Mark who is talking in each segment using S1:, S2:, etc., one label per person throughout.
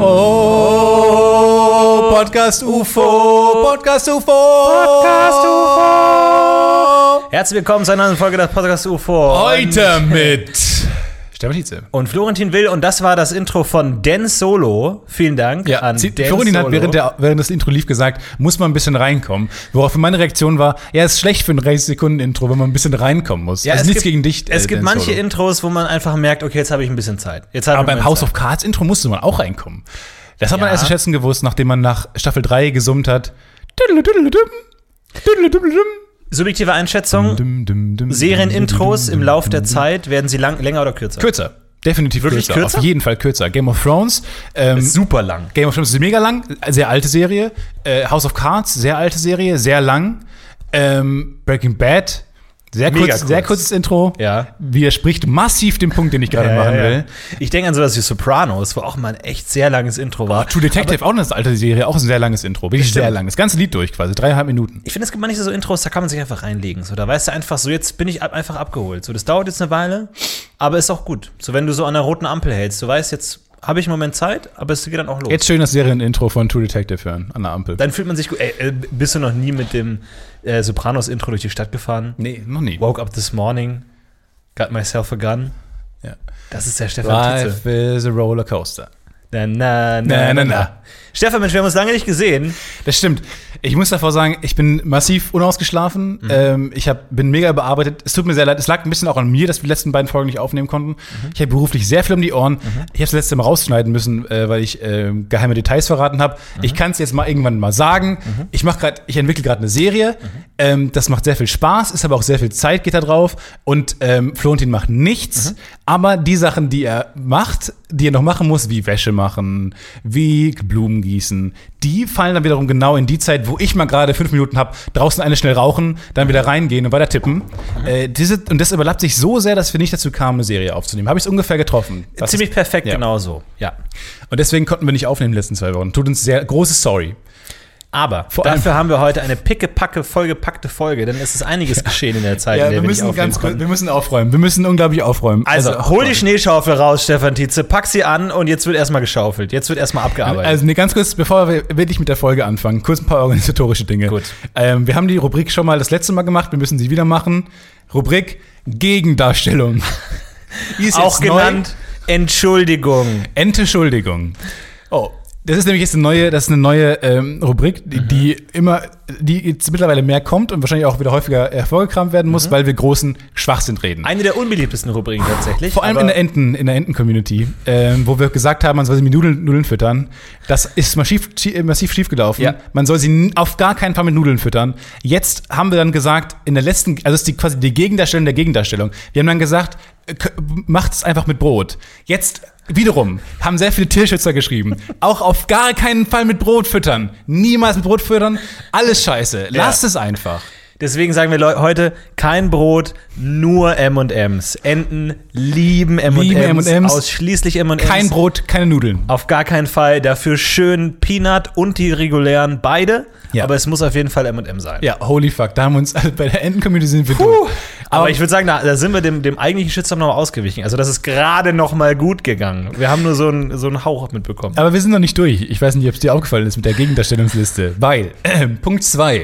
S1: Oh, Podcast UFO, Podcast UFO, Podcast UFO.
S2: Herzlich willkommen zu einer neuen Folge des Podcast UFO.
S1: Heute mit Stefan Tietze.
S2: Und Florentin Will, und das war das Intro von Dan Solo. Vielen Dank
S1: Ja,
S2: an
S1: Sie-
S2: Dan
S1: Florentin
S2: Solo.
S1: hat während, der, während das Intro lief gesagt, muss man ein bisschen reinkommen. Worauf meine Reaktion war, ja, ist schlecht für ein 30-Sekunden-Intro, wenn man ein bisschen reinkommen muss.
S2: ja,
S1: also
S2: es
S1: nichts
S2: gibt,
S1: gegen dich.
S2: Es
S1: äh,
S2: gibt
S1: Dan
S2: manche
S1: Solo.
S2: Intros, wo man einfach merkt, okay, jetzt habe ich ein bisschen Zeit. Jetzt
S1: Aber beim House of Cards Intro musste man auch reinkommen. Das hat man
S2: Ja.
S1: erst zu schätzen gewusst, nachdem man nach Staffel 3 gesummt hat. Düdelüdüdelüdüm, düdelüdüdelüdüm,
S2: Subjektive Einschätzung.
S1: düm, düm, düm,
S2: Serienintros im Lauf der Zeit werden sie lang, länger oder kürzer?
S1: Kürzer. Definitiv
S2: Wirklich
S1: kürzer.
S2: kürzer?
S1: Auf jeden Fall kürzer. Game of Thrones. Ähm,
S2: Super lang.
S1: Game of Thrones ist mega lang, sehr alte Serie. Äh, House of Cards, sehr alte Serie, sehr lang. Ähm, Breaking Bad, sehr kurz,
S2: Mega kurz.
S1: sehr kurzes Intro.
S2: Ja.
S1: Widerspricht massiv dem Punkt, den ich gerade
S2: Ja,
S1: machen
S2: ja, ja.
S1: will.
S2: Ich denke an sowas wie Sopranos, wo auch mal ein echt sehr langes Intro war.
S1: True Detective, auch eine alte Serie, auch ein sehr langes Intro. Wirklich sehr lang. Das ganze Lied durch quasi, dreieinhalb Minuten.
S2: Ich finde, es gibt manchmal so Intros, da kann man sich einfach reinlegen. So, da weißt du einfach, so jetzt bin ich ab, einfach abgeholt. So, das dauert jetzt eine Weile, aber ist auch gut. So, wenn du so an der roten Ampel hältst, du weißt, jetzt habe ich einen Moment Zeit, aber es geht dann auch los.
S1: Jetzt schön das Serienintro von True Detective hören an der Ampel.
S2: Dann fühlt man sich gut. Ey, äh, bist du noch nie mit dem äh, Sopranos-Intro durch die Stadt gefahren?
S1: nee, noch nie.
S2: Woke up this morning, got myself a gun.
S1: Ja.
S2: Das ist der Stefan Tietze.
S1: Life is a roller coaster.
S2: Na, na,
S1: Na, na, na.
S2: Stefan, Mensch, wir haben uns lange nicht gesehen.
S1: Das stimmt. Ich muss davor sagen, ich bin massiv unausgeschlafen. Ähm, ich hab, bin mega bearbeitet. Es tut mir sehr leid. Es lag ein bisschen auch an mir, dass wir die letzten beiden Folgen nicht aufnehmen konnten. Ich habe beruflich sehr viel um die Ohren. Ich habe das letzte Mal rausschneiden müssen, äh, weil ich äh, geheime Details verraten habe. Ich kann es jetzt mal irgendwann mal sagen. Ich mache gerade, ich entwickle gerade eine Serie. Ähm, das macht sehr viel Spaß, ist aber auch sehr viel Zeit geht da drauf. Und ähm, Florentin macht nichts. Aber die Sachen, die er macht, die er noch machen muss, wie Wäsche machen, wie Blumen gießen, die fallen dann wiederum genau in die Zeit, wo ich mal gerade fünf Minuten habe, draußen eine schnell rauchen, dann wieder reingehen und weiter tippen. Äh, diese, und das überlappt sich so sehr, dass wir nicht dazu kamen, eine Serie aufzunehmen. Habe ich es ungefähr getroffen. Das
S2: Ziemlich perfekt,
S1: ja.
S2: genau so. Ja.
S1: Ist, und deswegen konnten wir nicht aufnehmen in den letzten zwei Wochen. Tut uns sehr großes Sorry.
S2: Aber
S1: Vor allem-
S2: dafür haben wir heute eine pickepacke, vollgepackte Folge, denn es ist einiges geschehen in der Zeit, in der nicht aufnehmen konnten.
S1: müssen aufräumen. Wir müssen unglaublich aufräumen.
S2: Also, hol die Schneeschaufel raus, Stefan Tietze, pack sie an und jetzt wird erstmal geschaufelt. Jetzt wird erstmal abgearbeitet.
S1: Also nee, ganz kurz, bevor wir wirklich mit der Folge anfangen, kurz ein paar organisatorische Dinge.
S2: Gut.
S1: Ähm, wir haben die Rubrik schon mal das letzte Mal gemacht, wir müssen sie wieder machen. Rubrik Gegendarstellung. Die ist
S2: Auch
S1: jetzt neu.
S2: genannt Entschuldigung.
S1: Entschuldigung. Oh, das ist nämlich jetzt eine neue, das ist eine neue ähm, Rubrik, die,
S2: Mhm.
S1: die immer, die jetzt mittlerweile mehr kommt und wahrscheinlich auch wieder häufiger hervorgekramt werden
S2: Mhm.
S1: muss, weil wir großen Schwachsinn reden.
S2: Eine der unbeliebtesten Rubriken tatsächlich.
S1: Vor allem in der Enten, in der Enten-Community, ähm, wo wir gesagt haben, man soll sie mit Nudeln, Nudeln füttern. Das ist massiv, schi- äh, massiv schief gelaufen.
S2: Ja.
S1: Man soll sie n- auf gar keinen Fall mit Nudeln füttern. Jetzt haben wir dann gesagt, in der letzten, also es ist die, quasi die Gegendarstellung der Gegendarstellung. Wir haben dann gesagt, äh, k- macht es einfach mit Brot. Jetzt wiederum haben sehr viele Tierschützer geschrieben, auch auf gar keinen Fall mit Brot füttern. Niemals mit Brot füttern. Alles scheiße. Lasst es einfach.
S2: Deswegen sagen wir Leu- heute kein Brot, nur M&M's. Enten lieben M&M's,
S1: M&Ms.
S2: ausschließlich M&M's.
S1: Kein Brot, keine Nudeln.
S2: Auf gar keinen Fall. Dafür schön Peanut und die regulären beide.
S1: Ja.
S2: Aber es muss auf jeden Fall M&M sein.
S1: Ja, holy fuck, da haben wir uns, also bei der Enten-Community sind wir
S2: Puh.
S1: durch.
S2: Aber, ich würde sagen, da, da sind wir dem, dem eigentlichen Shitstorm nochmal ausgewichen. Also das ist gerade nochmal gut gegangen. Wir haben nur so einen, so einen Hauch mitbekommen.
S1: Aber wir sind noch nicht durch. Ich weiß nicht, ob es dir aufgefallen ist mit der Gegendarstellungsliste. Weil, Punkt 2.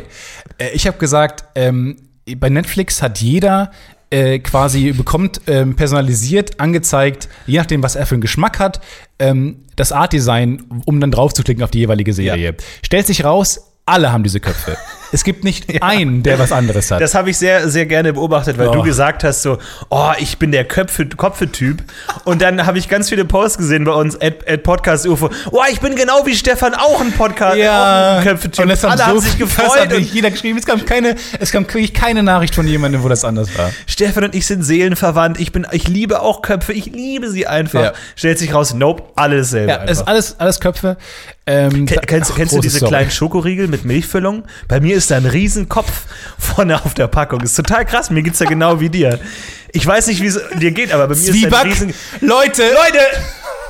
S1: Äh, ich habe gesagt, ähm, bei Netflix hat jeder äh, quasi bekommt ähm, personalisiert angezeigt, je nachdem, was er für einen Geschmack hat, ähm, das Art-Design, um dann draufzuklicken auf die jeweilige Serie. Stellt sich raus, alle haben diese Köpfe. es gibt nicht einen, der was anderes hat.
S2: Das habe ich sehr, sehr gerne beobachtet, weil
S1: Ja.
S2: du gesagt hast so, oh, ich bin der Köpfe, Kopfe-Typ. Und dann habe ich ganz viele Posts gesehen bei uns at, at Podcast UFO. Oh, ich bin genau wie Stefan auch ein Podcast, auch ein Köpfe-Typ.
S1: und das haben
S2: Alle
S1: so,
S2: haben sich
S1: Das hat
S2: gefreut und
S1: wirklich jeder geschrieben. Es kam keine, es kam wirklich keine Nachricht von jemandem, wo das anders war.
S2: Stefan und ich sind seelenverwandt. Ich bin, ich liebe auch Köpfe. Ich liebe sie einfach.
S1: Ja.
S2: Stellt sich raus, nope, alles selber.
S1: Ja, es ist
S2: einfach.
S1: alles, alles Köpfe. Ähm,
S2: Ke-
S1: da-
S2: Kennst,
S1: Ach,
S2: kennst du
S1: großes
S2: diese
S1: Sorry.
S2: kleinen Schokoriegel mit Milchfüllung? Bei mir ist da ein Riesenkopf vorne auf der Packung. Ist total krass. Mir geht's ja genau wie dir. Ich weiß nicht, wie es dir geht, aber bei mir ist da ein
S1: Zwieback?
S2: Riesen.
S1: Leute!
S2: Leute,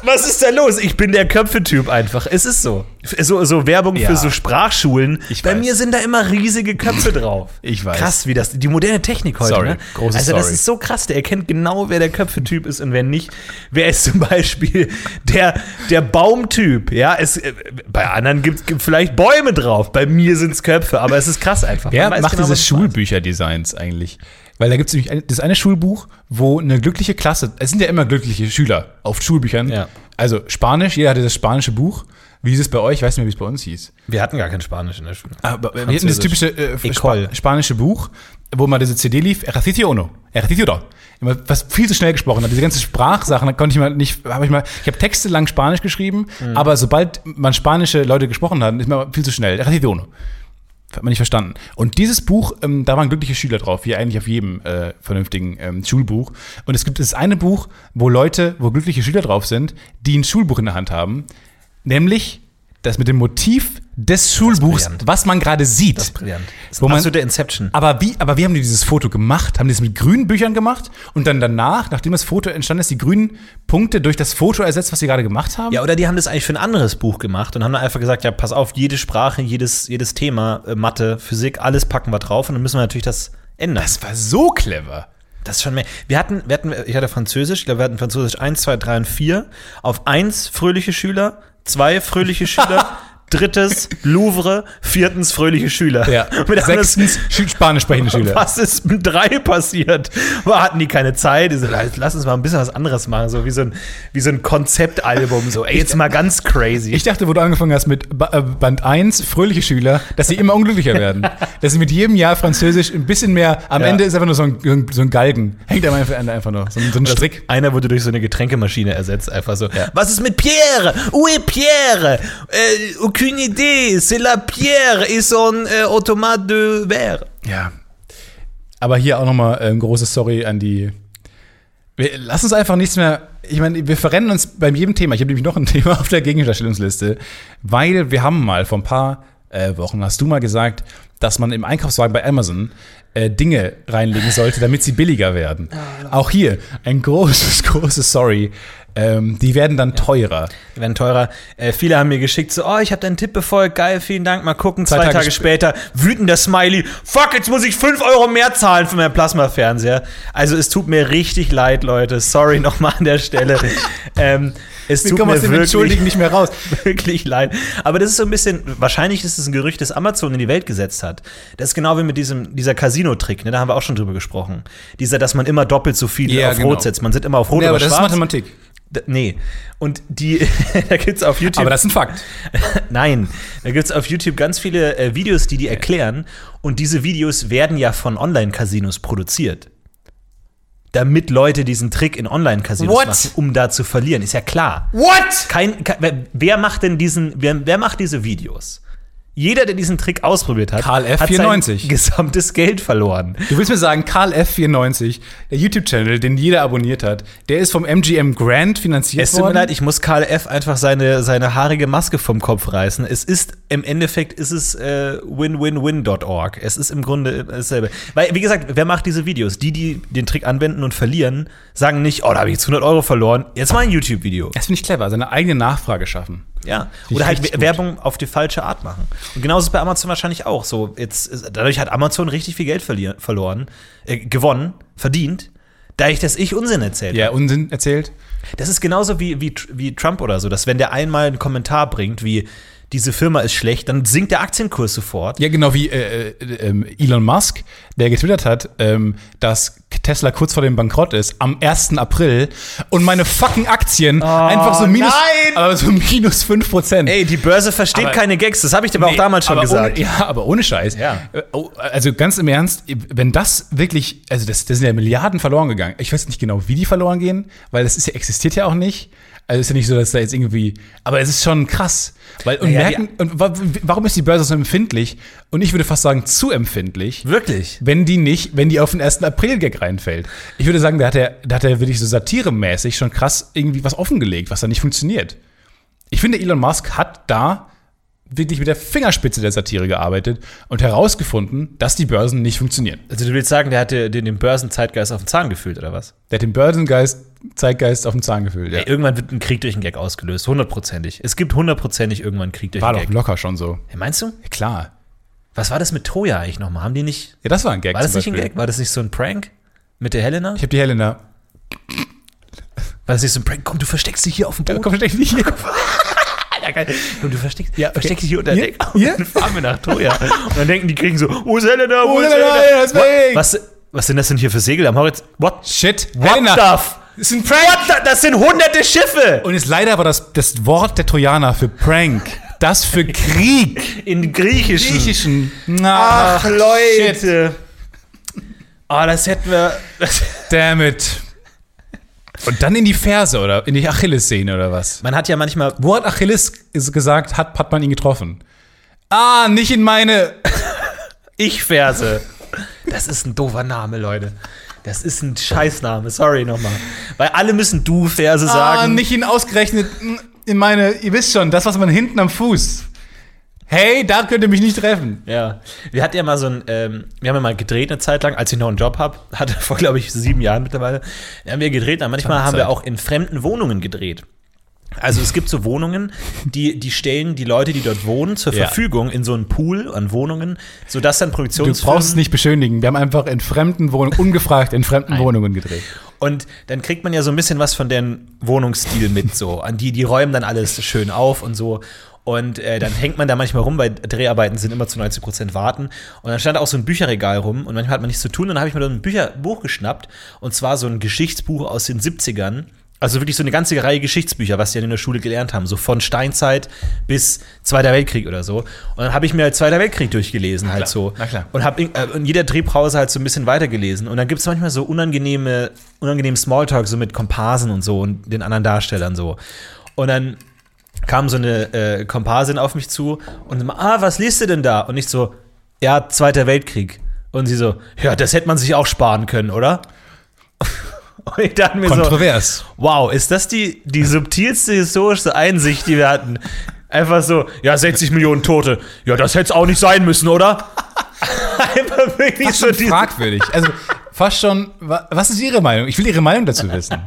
S2: was ist da los? Ich bin der Köpfetyp einfach. Es ist so. so, so Werbung
S1: Ja.
S2: für so Sprachschulen.
S1: Ich
S2: Bei
S1: weiß.
S2: mir sind da immer riesige Köpfe drauf.
S1: Ich weiß.
S2: Krass, wie das, die moderne Technik heute.
S1: Sorry,
S2: Ne?
S1: große
S2: also das
S1: Sorry.
S2: ist so krass. Der erkennt genau, wer der Köpfetyp ist und wer nicht. Wer ist zum Beispiel der, der Baumtyp? Ja, es, äh, bei anderen gibt es vielleicht Bäume drauf. Bei mir sind es Köpfe, aber es ist krass einfach.
S1: Wer
S2: Man weiß
S1: macht
S2: genau,
S1: diese
S2: was man macht.
S1: Schulbücher-Designs eigentlich? Weil da gibt es nämlich ein, das eine Schulbuch, wo eine glückliche Klasse, es sind ja immer glückliche Schüler auf Schulbüchern.
S2: Ja.
S1: Also Spanisch, jeder hatte das spanische Buch. Wie hieß es bei euch? Ich weiß nicht mehr, wie es bei uns hieß.
S2: Wir hatten gar kein Spanisch in der Schule.
S1: Ah, Aber wir hatten das
S2: Französisch.
S1: typische äh,
S2: École.
S1: Spa spanische Buch, wo mal diese CD lief, Ejercicio Uno, Ejercicio Dos. Immer was viel zu schnell gesprochen hat. Diese ganzen Sprachsachen, da konnte ich mal nicht, habe ich mal, ich habe Texte lang Spanisch geschrieben,
S2: Mhm.
S1: aber sobald man spanische Leute gesprochen hat, ist man viel zu schnell. Ejercicio Uno. Hat man nicht verstanden. Und dieses Buch, ähm, da waren glückliche Schüler drauf, wie eigentlich auf jedem äh, vernünftigen ähm, Schulbuch. Und es gibt das eine Buch, wo Leute, wo glückliche Schüler drauf sind, die ein Schulbuch in der Hand haben, nämlich das mit dem Motiv des Schulbuchs,
S2: brillant.
S1: was man gerade sieht.
S2: Das ist brillant. Das ist
S1: Wo man-
S2: absolute Inception.
S1: Aber wie, aber wie haben die dieses Foto gemacht? Haben die das mit grünen Büchern gemacht und dann danach, nachdem das Foto entstanden ist, die grünen Punkte durch das Foto ersetzt, was sie gerade gemacht haben?
S2: Ja, oder die haben das eigentlich für ein anderes Buch gemacht und haben dann einfach gesagt, ja, pass auf, jede Sprache, jedes, jedes Thema, äh, Mathe, Physik, alles packen wir drauf und dann müssen wir natürlich das ändern.
S1: Das war so clever.
S2: Das ist schon mehr. Wir hatten, wir hatten, ich hatte Französisch, ich glaube, wir hatten Französisch 1, 2, 3 und 4. Auf 1 fröhliche Schüler, 2 fröhliche Schüler, drittes Louvre, viertens fröhliche Schüler. Mit Sechstens.
S1: Sechstens Schü- Spanisch sprechende Schüler.
S2: Was ist mit drei passiert? War- Hatten die keine Zeit? Die so, lass lass uns mal ein bisschen was anderes machen, so wie so ein, wie so ein Konzeptalbum. So, ey, jetzt mal ganz crazy.
S1: Ich dachte, wo du angefangen hast mit Ba- äh, Band 1, fröhliche Schüler, dass sie immer unglücklicher werden. dass sie mit jedem Jahr Französisch ein bisschen mehr, am
S2: Ja.
S1: Ende ist einfach nur so ein, so ein Galgen. Hängt am Ende einfach nur. So ein, so ein Strick.
S2: Einer wurde durch so eine Getränkemaschine ersetzt, einfach so. Was ist mit Pierre? Où est Pierre? Äh, aucune idée, c'est la Pierre et son äh, automate de verre.
S1: Ja. Aber hier auch nochmal äh, ein großes Sorry an die. Wir, lass uns einfach nichts mehr. Ich meine, wir verrennen uns bei jedem Thema. Ich habe nämlich noch ein Thema auf der Gegendarstellungsliste, weil wir haben mal vor ein paar äh, Wochen, hast du mal gesagt, dass man im Einkaufswagen bei Amazon äh, Dinge reinlegen sollte, damit sie billiger werden. Auch hier ein großes, großes Sorry. Ähm, die werden dann teurer.
S2: Die werden teurer. Äh, viele haben mir geschickt, so, oh, ich habe deinen Tipp befolgt, geil, vielen Dank, mal gucken. Zwei,
S1: Tage
S2: Tage,
S1: sp-
S2: später, wütender Smiley, fuck, jetzt muss ich 5 Euro mehr zahlen für meinen Plasma-Fernseher. Also, es tut mir richtig leid, Leute. Sorry nochmal an der Stelle. ähm, es
S1: Wir
S2: tut mir wirklich,
S1: Entschuldigen nicht mehr raus.
S2: wirklich leid. Aber das ist so ein bisschen, wahrscheinlich ist es ein Gerücht, das Amazon in die Welt gesetzt hat. Das ist genau wie mit diesem, dieser Casino-Trick, ne? da haben wir auch schon drüber gesprochen. Dieser, dass man immer doppelt so viel
S1: Ja,
S2: auf
S1: genau.
S2: Rot setzt. Man sitzt immer auf Rot
S1: Ja, aber
S2: oder
S1: das ist
S2: Schwarz.
S1: Mathematik.
S2: D- nee. Und die, da gibt's auf YouTube.
S1: Aber das ist ein Fakt.
S2: Nein, da gibt's auf YouTube ganz viele äh, Videos, die die erklären. Und diese Videos werden ja von Online-Casinos produziert. Damit Leute diesen Trick in Online-Casinos
S1: What?
S2: machen, um da zu verlieren. Ist ja klar.
S1: What?
S2: Kein, kein, wer- wer macht denn diesen, wer, wer macht diese Videos? Jeder, der diesen Trick ausprobiert hat,
S1: Karl F.
S2: hat
S1: 94.
S2: sein gesamtes Geld verloren.
S1: Du willst mir sagen, Karl F94, der YouTube-Channel, den jeder abonniert hat, der ist vom MGM Grant finanziert
S2: Es tut mir
S1: worden?
S2: leid, ich muss Karl F. einfach seine, seine haarige Maske vom Kopf reißen. Es ist, im Endeffekt ist es äh, winwinwin.org. Es ist im Grunde äh, dasselbe. Weil, wie gesagt, wer macht diese Videos? Die, die den Trick anwenden und verlieren, sagen nicht, oh, da habe ich jetzt 100 Euro verloren, jetzt mal ein YouTube-Video.
S1: das finde ich clever, seine eigene Nachfrage schaffen.
S2: Ja.
S1: ich
S2: Oder
S1: richtig
S2: halt
S1: gut.
S2: Werbung auf die falsche Art machen. Und genauso ist bei Amazon wahrscheinlich auch so. Jetzt, ist- dadurch hat Amazon richtig viel Geld verlier- verloren, äh, gewonnen, verdient, da ich das Ich Unsinn erzählt
S1: Ja, Unsinn erzählt.
S2: das ist genauso wie, wie, wie Trump oder so, dass wenn der einmal einen Kommentar bringt, wie diese Firma ist schlecht, dann sinkt der Aktienkurs sofort.
S1: Ja, genau wie äh, äh, ähm, Elon Musk, der getwittert hat, ähm, dass Tesla kurz vor dem Bankrott ist, am 1. April, und meine fucking Aktien einfach so minus,
S2: Oh, nein!
S1: Aber so minus 5 Prozent.
S2: Ey, die Börse versteht
S1: Aber-
S2: keine Gags, das habe ich dir aber auch
S1: Nee,
S2: damals schon
S1: aber
S2: gesagt.
S1: Ohne, ja, aber ohne Scheiß.
S2: Ja.
S1: Äh, oh, Also ganz im Ernst, wenn das wirklich, also das, das sind ja Milliarden verloren gegangen. Ich weiß nicht genau, wie die verloren gehen, weil das ist ja, existiert ja auch nicht. Also ist ja nicht so, dass da jetzt irgendwie, aber es ist schon krass. Weil, und
S2: Naja,
S1: merken, und wa- warum ist die Börse so empfindlich? Und ich würde fast sagen, zu empfindlich.
S2: Wirklich?
S1: Wenn die nicht, wenn die auf den 1. April-Gag reinfällt. Ich würde sagen, da hat er, da hat er wirklich so satiremäßig schon krass irgendwie was offengelegt, was da nicht funktioniert. Ich finde, Elon Musk hat da wirklich mit der Fingerspitze der Satire gearbeitet und herausgefunden, dass die Börsen nicht funktionieren.
S2: Also du willst sagen, der hat dir- den, den Börsenzeitgeist auf den Zahn gefühlt, oder was?
S1: Der hat den Börsengeist, Zeitgeist auf den Zahn gefühlt. Ja.
S2: Ey, irgendwann wird ein Krieg durch einen Gag ausgelöst, hundertprozentig. Es gibt hundertprozentig irgendwann einen Krieg durch
S1: War
S2: einen
S1: doch
S2: Gag.
S1: locker schon so.
S2: Hey, meinst du?
S1: Ja, klar.
S2: Was war das mit Toya eigentlich nochmal? Haben die nicht.
S1: Ja, das war ein Gag.
S2: War das
S1: zum
S2: nicht ein
S1: Beispiel.
S2: Gag? War das nicht so ein Prank? Mit der Helena?
S1: Ich habe die Helena.
S2: War das nicht so ein Prank? Komm, du versteckst dich hier auf dem
S1: Ja,
S2: Boden.
S1: komm, versteck nicht hier.
S2: Alter, geil. Komm, du versteckst,
S1: Ja, okay.
S2: versteckst dich hier unter
S1: Hier?
S2: der Decke.
S1: Hier?
S2: Und dann fahren wir nach Toya. Und dann denken die Griechen so: Wo ist Helena? Wo
S1: Oh,
S2: ist
S1: nein,
S2: Helena?
S1: nein, deswegen.
S2: Was, was sind das denn hier für Segel am Horizont? What?
S1: Shit,
S2: What the
S1: Helena.
S2: f
S1: Ist ein Prank.
S2: What the, das sind hunderte Schiffe!
S1: Und ist leider war das, das Wort der Trojaner für Prank. Das für Krieg.
S2: In Griechischen.
S1: Griechischen.
S2: Ach,
S1: Na, shit.
S2: Leute. Ah, das hätten wir.
S1: Damn it. Und dann in die Ferse oder in die Achillessehne oder was?
S2: Man hat ja manchmal.
S1: Wo hat Achilles ges- gesagt, hat, hat man ihn getroffen? Ah, nicht in meine.
S2: Ich-Verse. Das ist ein doofer Name, Leute. Das ist ein Scheißname, sorry nochmal. Weil alle müssen Du-Verse
S1: Ah,
S2: sagen.
S1: nicht in ausgerechnet mm, in meine. Ihr wisst schon, das, was man hinten am Fuß. Hey, da könnt ihr mich nicht treffen.
S2: Ja. Wir hatten ja mal so ein, ähm, wir haben ja mal gedreht eine Zeit lang, als ich noch einen Job habe, hatte vor, glaube ich, sieben Jahren mittlerweile, da haben wir gedreht, aber manchmal
S1: Lange
S2: haben
S1: Zeit.
S2: wir auch in fremden Wohnungen gedreht. Also es gibt so Wohnungen, die, die stellen die Leute, die dort wohnen, zur
S1: Ja.
S2: Verfügung in so einen Pool an Wohnungen, sodass dann
S1: Du
S2: Produktionsfirmen
S1: brauchst es nicht beschönigen. Wir haben einfach in fremden Wohnungen, ungefragt in fremden Wohnungen gedreht.
S2: Und dann kriegt man ja so ein bisschen was von deren Wohnungsstil mit, so. An die, die räumen dann alles schön auf und so. Und äh, dann hängt man da manchmal rum, weil Dreharbeiten sind immer zu 90 Prozent warten. Und dann stand auch so ein Bücherregal rum und manchmal hat man nichts zu tun. Dann habe ich mir dann ein Bücher Buch geschnappt und zwar so ein Geschichtsbuch aus den 70ern. Also wirklich so eine ganze Reihe Geschichtsbücher, was die dann in der Schule gelernt haben. So von Steinzeit bis Zweiter Weltkrieg oder so. Und dann habe ich mir halt Zweiter Weltkrieg durchgelesen halt
S1: klar,
S2: so.
S1: na klar.
S2: Und habe äh, in jeder Drehpause halt so ein bisschen weitergelesen. Und dann gibt es manchmal so unangenehme, unangenehmen Smalltalk, so mit Komparsen und so und den anderen Darstellern so. Und dann kam so eine äh, Komparsin auf mich zu und immer, ah, was liest du denn da? Und ich so, ja, Zweiter Weltkrieg. Und sie so, ja, das hätte man sich auch sparen können, oder? Und ich dachte mir so,
S1: Also, Kontrovers.
S2: Wow, ist das die, die subtilste historische Einsicht, die wir hatten? Einfach so, ja, 60 Millionen Tote. Ja, das hätte es auch nicht sein müssen, oder? Einfach wirklich
S1: fast
S2: so
S1: schon
S2: die,
S1: fragwürdig. Also fast schon, wa- was ist Ihre Meinung? Ich will Ihre Meinung dazu wissen.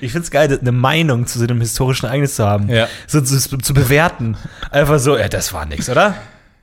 S2: Ich find's geil, eine Meinung zu so einem historischen Ereignis zu haben.
S1: Ja.
S2: So zu, zu bewerten. Einfach so, ja, das war nix, oder?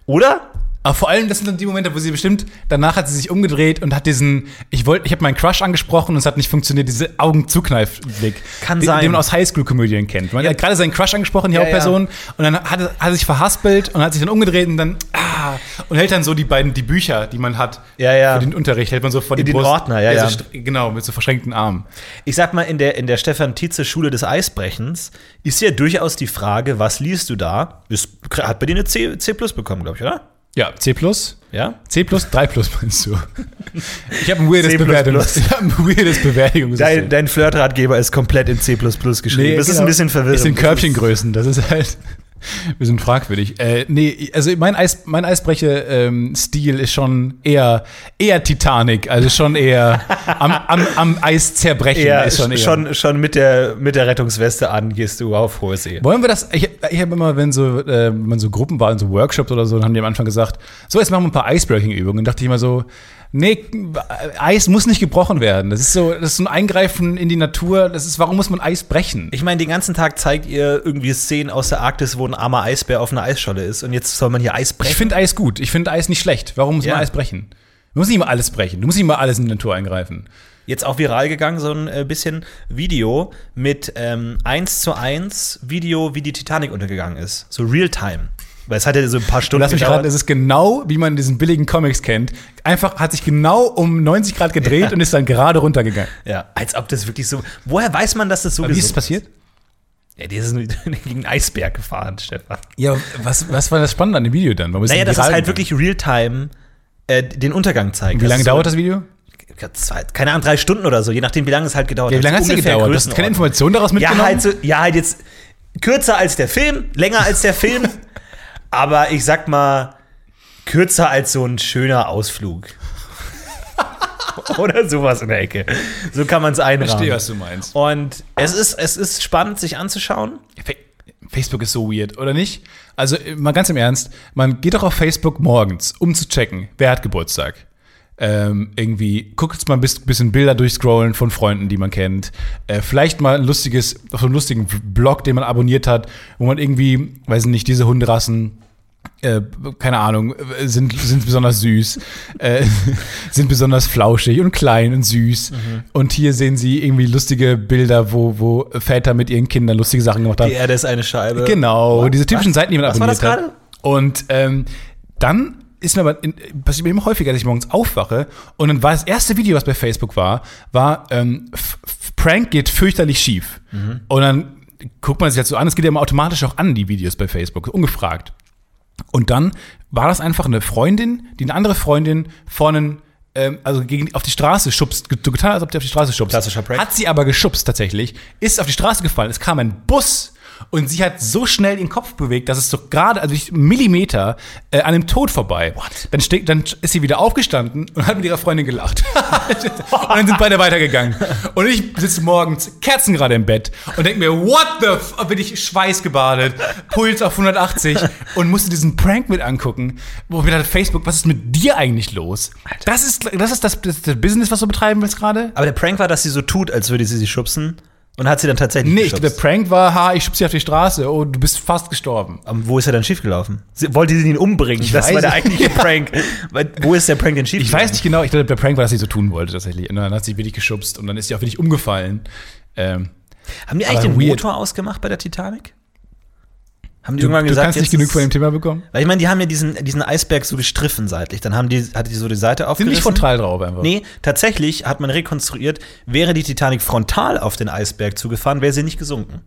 S2: Oder?
S1: Aber vor allem, das sind dann die Momente, wo sie bestimmt, danach hat sie sich umgedreht und hat diesen, ich wollte, ich habe meinen Crush angesprochen und es hat nicht funktioniert, diese Augenzukneifblick.
S2: Kann
S1: den,
S2: sein.
S1: Den man aus Highschool-Komödien kennt. Man hat gerade seinen Crush angesprochen, die
S2: Ja,
S1: Hauptperson, und dann hat, er- hat er sich verhaspelt und hat sich dann umgedreht und dann, ah, und hält dann so die beiden, die Bücher, die man hat
S2: Ja, ja.
S1: für den Unterricht, hält man so vor die
S2: In den
S1: Brust.
S2: Ordner, ja, ja.
S1: So, str- genau, mit so verschränkten Armen.
S2: Ich sag mal, in der, in der Stefan Tietze Schule des Eisbrechens ist ja durchaus die Frage, was liest du da? Ist, hat bei dir eine C, C plus bekommen, glaube ich, oder?
S1: Ja, C+. plus.
S2: Ja?
S1: C plus, 3 plus meinst du? Ich habe ein weirdes
S2: C++.
S1: Bewertungs ich hab ein weirdes Bewertungssystem.
S2: Dein, dein Flirtratgeber ist komplett in C geschrieben. das ist
S1: genau.
S2: ein bisschen verwirrend.
S1: Ist in
S2: Das ist-
S1: Körbchengrößen, das ist halt wir sind fragwürdig. Äh, nee, also mein, Eis, mein Eisbrecher-Stil ist schon eher, eher Titanic, also schon eher am, am, am Eis zerbrechen.
S2: Ja,
S1: ist schon, eher.
S2: schon, schon mit, der, mit der Rettungsweste an gehst du auf hohe See.
S1: Wollen wir das? Ich, ich habe immer, wenn so, äh, wenn so Gruppen waren, so Workshops oder so, dann haben die am Anfang gesagt, so, jetzt machen wir ein paar Icebreaking-Übungen. Dann dachte ich immer so, nee, Eis muss nicht gebrochen werden. Das ist so, das ist so ein Eingreifen in die Natur. Das ist, warum muss man Eis brechen?
S2: Ich meine, den ganzen Tag zeigt ihr irgendwie Szenen aus der Arktis, wo ein armer Eisbär auf einer Eisscholle ist und jetzt soll man hier Eis
S1: Ich
S2: brechen.
S1: finde Eis gut. Ich finde Eis nicht schlecht. Warum muss
S2: Ja.
S1: man Eis brechen? Du musst nicht immer alles brechen. Du musst nicht immer alles in die Natur eingreifen.
S2: Jetzt auch viral gegangen, so ein äh, bisschen Video mit ähm, 1 zu 1 Video, wie die Titanic untergegangen ist. So Realtime. Weil es hat ja so ein paar Stunden
S1: Lass mich raten, es ist genau, wie man diesen billigen Comics kennt. Einfach hat sich genau um 90 Grad gedreht und ist dann gerade runtergegangen.
S2: ja, als ob das wirklich so. Woher weiß man, dass das so
S1: Wie ist es
S2: gesund
S1: passiert?
S2: Ja, die sind gegen einen Eisberg gefahren, Stefan.
S1: Ja, was, was war das Spannende an dem Video dann? Warum ist
S2: Naja,
S1: das
S2: das ist
S1: viral
S2: halt
S1: gegangen?
S2: wirklich Realtime äh, den Untergang zeigt.
S1: Wie lange
S2: dauert
S1: dauert das Video?
S2: Zwei- keine Ahnung, drei Stunden oder so, je nachdem, wie lange es halt gedauert
S1: Ja, wie lange hat es denn
S2: Ungefähr
S1: gedauert? Du hast keine
S2: Größenordnung.
S1: Information daraus mitgenommen?
S2: Ja, halt so, ja, halt jetzt kürzer als der Film, länger als der Film, aber ich sag mal, kürzer als so ein schöner Ausflug. oder sowas in der Ecke. So kann man es einrahmen.
S1: Verstehe, was du meinst.
S2: Und es ist, es ist spannend, sich anzuschauen.
S1: Facebook ist so weird, oder nicht? Also äh, mal ganz im Ernst, man geht doch auf Facebook morgens, um zu checken, wer hat Geburtstag. Ähm, irgendwie guckt mal ein bis- bisschen Bilder durchscrollen von Freunden, die man kennt. Äh, vielleicht mal ein lustiges, auf so einen lustigen Blog, den man abonniert hat, wo man irgendwie, weiß nicht, diese Hunderassen äh, keine Ahnung, äh, sind, sind besonders süß, äh, sind besonders flauschig und klein und süß. Und hier sehen sie irgendwie lustige Bilder, wo, wo Väter mit ihren Kindern lustige Sachen gemacht haben.
S2: Die Erde ist eine Scheibe.
S1: Genau,
S2: Was?
S1: diese typischen
S2: Was?
S1: Seiten, die man
S2: Was war das
S1: abonniert
S2: gerade?
S1: hat. Und ähm, dann ist mir aber in, passiert mir immer häufiger, dass ich morgens aufwache und dann war das erste Video, was bei Facebook war, war ähm, F- F- Prank geht fürchterlich schief.
S2: Mhm.
S1: Und dann guckt man sich jetzt so an, es geht ja immer automatisch auch an die Videos bei Facebook, ungefragt. Und dann war das einfach eine Freundin, die eine andere Freundin vorne, ähm, also gegen, auf die Straße schubst, ge- so getan, als ob die auf die Straße schubst.
S2: Klassischer Prank.
S1: Hat sie aber geschubst tatsächlich, ist auf die Straße gefallen, es kam ein Bus und sie hat so schnell den Kopf bewegt, dass es so gerade, also ich Millimeter, äh, an dem Tod vorbei. What? Dann, ste- dann ist sie wieder aufgestanden und hat mit ihrer Freundin gelacht. und dann sind beide weitergegangen. Und ich sitze morgens Kerzen gerade im Bett und denke mir, what the f oh, bin ich schweißgebadet, Puls auf 180 und musste diesen Prank mit angucken, wo ich mir dachte, Facebook, was ist mit dir eigentlich los? Das ist, das ist das, das, ist das Business, was du betreiben willst gerade?
S2: Aber der Prank war, dass sie so tut, als würde sie sie schubsen und hat sie dann tatsächlich
S1: Nee, ich,
S2: geschubst.
S1: der Prank war, ha, ich schub sie auf die Straße und du bist fast gestorben. Also,
S2: Aber Ähm, wo ist er dann schiefgelaufen? Sie, wollte sie ihn umbringen? das
S1: weiß
S2: war der
S1: es-
S2: eigentliche Prank. Weil, wo ist der Prank denn
S1: Ich
S2: schiefgelaufen?
S1: weiß nicht genau, ich dachte, der Prank war, dass sie so tun wollte tatsächlich. Und dann hat sie wirklich geschubst und dann ist sie auch wirklich umgefallen. Ähm,
S2: Haben die eigentlich
S1: Aber
S2: den
S1: weird.
S2: Motor ausgemacht bei der Titanic? Haben die
S1: du
S2: irgendwann
S1: du
S2: gesagt,
S1: kannst nicht
S2: jetzt
S1: genug
S2: ist-
S1: von dem Thema bekommen.
S2: Weil ich meine, die haben ja diesen, diesen Eisberg so gestriffen seitlich. Dann haben die, hatte die so die Seite
S1: Sind
S2: aufgerissen.
S1: nicht frontal drauf einfach.
S2: Nee, tatsächlich hat man rekonstruiert, wäre die Titanic frontal auf den Eisberg zugefahren, wäre sie nicht gesunken.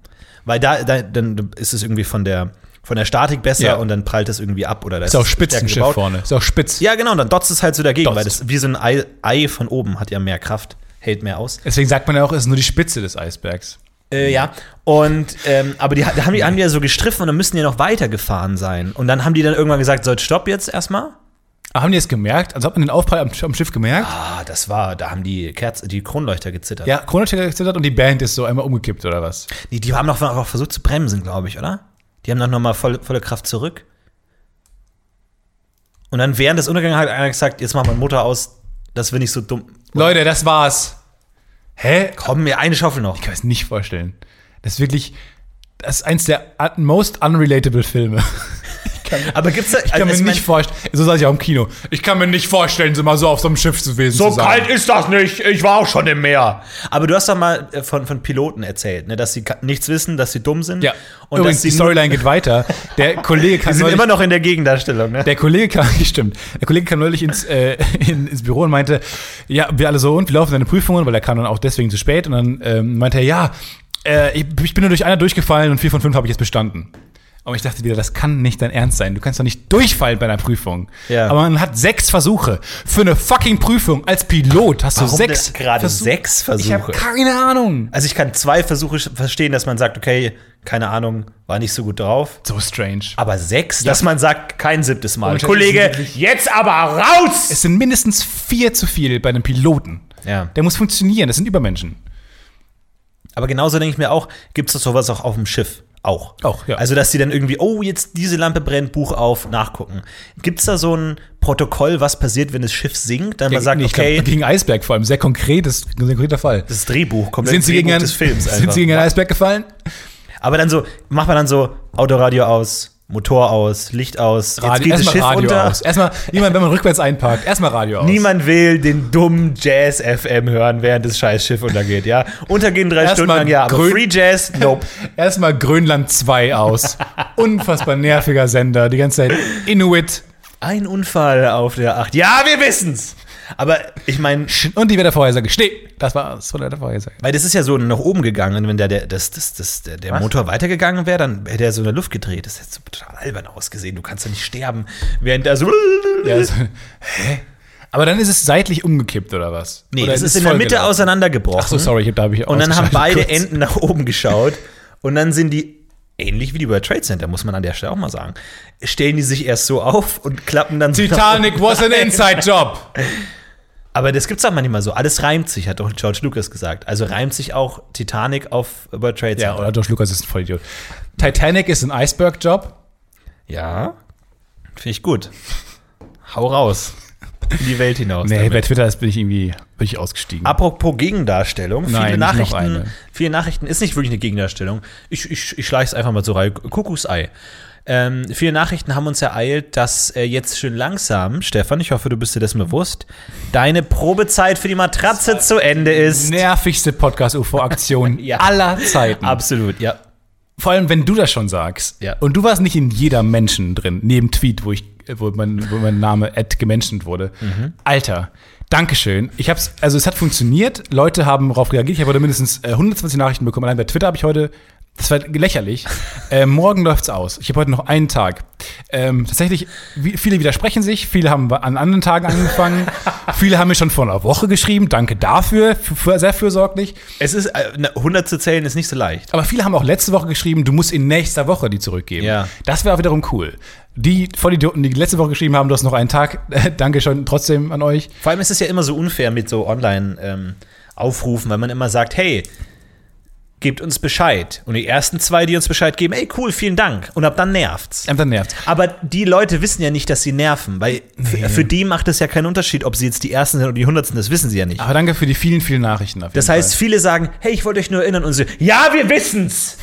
S2: Weil da, da dann ist es irgendwie von der, von der Statik besser
S1: Ja.
S2: und dann prallt es irgendwie ab. Oder da
S1: Ist auch
S2: es
S1: spitz ein
S2: stärker
S1: Schiff
S2: gebaut.
S1: vorne. Ist auch spitz.
S2: Ja, genau, und dann dotzt es halt so dagegen,
S1: Dotzt.
S2: weil das wie so ein Ei, Ei von oben hat ja mehr Kraft, hält mehr aus.
S1: Deswegen sagt man ja auch, es ist nur die Spitze des Eisbergs.
S2: Äh, ja. Und ähm, aber die, da haben die haben die ja so gestriffen und dann müssen die ja noch weitergefahren sein. Und dann haben die dann irgendwann gesagt, so stopp jetzt erstmal.
S1: Aber haben die das gemerkt? Also hat man den Aufprall am, am Schiff gemerkt?
S2: Ah, das war, da haben die Kerze, die Kronleuchter gezittert.
S1: Ja, Kronenstecker gezittert und die Band ist so einmal umgekippt oder was?
S2: Die, die haben doch auch versucht zu bremsen, glaube ich, oder? Die haben doch nochmal voll, volle Kraft zurück. Und dann während des Untergangs hat einer gesagt, jetzt mach mal den Motor aus, das will nicht so dumm.
S1: Leute, das war's. Hä?
S2: Komm, mir eine Schaufel noch.
S1: Ich kann es nicht vorstellen. Das ist wirklich, das ist eins der un- most unrelatable Filme.
S2: Aber gibt's da, also
S1: Ich kann mir nicht vorstellen, so saß ich auch im Kino. Ich kann mir nicht vorstellen, so mal so auf so einem Schiff zu gewesen zu sein.
S2: ist das nicht. Ich war auch schon im Meer. Aber du hast doch mal äh, von, von Piloten erzählt, ne, dass sie ka- nichts wissen, dass sie dumm sind.
S1: Ja.
S2: Und
S1: Übrigens,
S2: dass sie
S1: die Storyline geht weiter. Der Kollege kann
S2: Die sind
S1: neulich-
S2: immer noch in der Gegendarstellung, ne?
S1: Der Kollege kam, stimmt, der Kollege kam neulich ins, äh, in, ins Büro und meinte, ja, wir alle so und wir laufen seine Prüfungen, weil er kam dann auch deswegen zu spät und dann ähm, meinte er, ja, äh, ich, ich bin nur durch einer durchgefallen und vier von fünf habe ich jetzt bestanden. Aber ich dachte wieder, das kann nicht dein Ernst sein. Du kannst doch nicht durchfallen bei einer Prüfung.
S2: Ja.
S1: Aber man hat sechs Versuche. Für eine fucking Prüfung als Pilot hast du
S2: Warum
S1: sechs.
S2: denn gerade sechs Versuche?
S1: Ich habe keine Ahnung.
S2: Also ich kann zwei Versuche sch- verstehen, dass man sagt, okay, keine Ahnung, war nicht so gut drauf.
S1: So strange.
S2: Aber sechs, dass man sagt, kein siebtes Mal.
S1: Und
S2: Kollege,
S1: das ist
S2: jetzt aber raus!
S1: Es sind mindestens vier zu viel bei einem Piloten.
S2: Ja.
S1: Der muss funktionieren. Das sind Übermenschen.
S2: Aber genauso denke ich mir auch, gibt es sowas auch auf dem Schiff? Auch.
S1: Auch, ja.
S2: Also, dass die dann irgendwie, oh, jetzt diese Lampe brennt, Buch auf, nachgucken. Gibt es da so ein Protokoll, was passiert, wenn das Schiff sinkt? Dann man sagt,
S1: Nee, ich glaub,
S2: okay,
S1: gegen Eisberg vor allem. Sehr konkretes, sehr konkreter Fall.
S2: das Drehbuch, komplett
S1: Sind sie,
S2: Drehbuch
S1: gegen einen,
S2: des Films
S1: sind sie gegen einen Eisberg gefallen?
S2: Aber dann so, macht man dann so Autoradio aus, Motor aus, Licht aus, jetzt geht das
S1: Ah, erstmal
S2: Schiff
S1: Radio
S2: unter.
S1: aus. Erstmal, jemand, wenn man rückwärts einparkt, erstmal Radio aus.
S2: Niemand will den dummen Jazz FM hören, während das scheiß Schiff untergeht, ja? Untergehen drei
S1: Erstmal
S2: Stunden lang, ja, aber
S1: grün-
S2: Free Jazz, nope.
S1: Erstmal Grönland 2 aus. Unfassbar nerviger Sender. Die ganze Zeit Inuit.
S2: Ein Unfall auf der Acht. Ja, wir wissen's! Aber ich meine,
S1: Und die Wettervorhersage. Schnee. Das war's von der Wettervorhersage.
S2: weil das ist ja so nach oben gegangen, und wenn der, der, das, das, das, der, der
S1: Was?
S2: Motor weitergegangen wäre, dann hätte er so in der Luft gedreht. Das hätte so total albern ausgesehen. Du kannst doch nicht sterben, während er so.
S1: Ja, also, hä? Aber dann ist es seitlich umgekippt, oder was?
S2: nee,
S1: oder
S2: das ist in der Mitte
S1: aus.
S2: auseinandergebrochen.
S1: Ach so, sorry, ich- da habe ich
S2: Und dann haben
S1: ausgeschaltet
S2: beide
S1: kurz.
S2: Enden nach oben geschaut. Und dann sind die, ähnlich wie die bei Trade Center, muss man an der Stelle auch mal sagen, stellen die sich erst so auf und klappen dann so nach
S1: Titanic was an inside job.
S2: Aber das gibt's auch manchmal so. Alles reimt sich, hat doch George Lucas gesagt. Also reimt sich auch Titanic auf World Trade
S1: Ja, oder George Lucas ist ein Vollidiot. Titanic ist ein Iceberg-Job.
S2: Ja. Finde ich gut. Hau raus. In die Welt hinaus.
S1: Nee,
S2: damit.
S1: bei Twitter ist- bin ich irgendwie bin ich ausgestiegen.
S2: Apropos Gegendarstellung, viele,
S1: Nein, nicht noch
S2: Nachrichten,
S1: eine.
S2: viele Nachrichten ist nicht wirklich eine Gegendarstellung. Ich, ich, ich schleiche es einfach mal zur Reihe. Kuckucksei. Ähm, viele Nachrichten haben uns ereilt, dass äh, jetzt schön langsam, Stefan, ich hoffe, du bist dir dessen bewusst, deine Probezeit für die Matratze zu Ende ist.
S1: Nervigste Podcast-UFO-Aktion
S2: Ja.
S1: aller Zeiten.
S2: Absolut, ja.
S1: Vor allem, wenn du das schon sagst.
S2: Ja.
S1: Und du warst nicht in jeder Menschen drin, neben Tweet, wo ich, äh, wo mein, wo mein Name ad gemenschent wurde. Alter, Dankeschön. Ich hab's, also es hat funktioniert. Leute haben darauf reagiert. Ich habe heute mindestens äh, 120 Nachrichten bekommen. Allein bei Twitter habe ich heute, das war lächerlich. äh, morgen läuft's aus. Ich habe heute noch einen Tag. Ähm, tatsächlich, wie, viele widersprechen sich, viele haben an anderen Tagen angefangen, viele haben mir schon vor einer Woche geschrieben. Danke dafür, f- f- sehr fürsorglich.
S2: Es ist, äh, na, 100 zu zählen ist nicht so leicht.
S1: Aber viele haben auch letzte Woche geschrieben, du musst in nächster Woche die zurückgeben.
S2: Ja.
S1: Das wäre wiederum cool. Die Vollidioten, die letzte Woche geschrieben haben, du hast noch einen Tag, danke schon trotzdem an euch.
S2: Vor allem ist es ja immer so unfair mit so Online-Aufrufen, weil man immer sagt, hey, gebt uns Bescheid. Und die ersten zwei, die uns Bescheid geben, ey, cool, vielen Dank. Und ab dann nervt's.
S1: Ähm, dann nervt's.
S2: Aber die Leute wissen ja nicht, dass sie nerven, weil für, für die macht es ja keinen Unterschied, ob sie jetzt die Ersten sind oder die Hundertsten, das wissen sie ja nicht.
S1: Aber danke für die vielen, vielen Nachrichten. auf
S2: das
S1: jeden
S2: heißt, viele sagen, hey, ich wollte euch nur erinnern und so, ja, wir wissen's!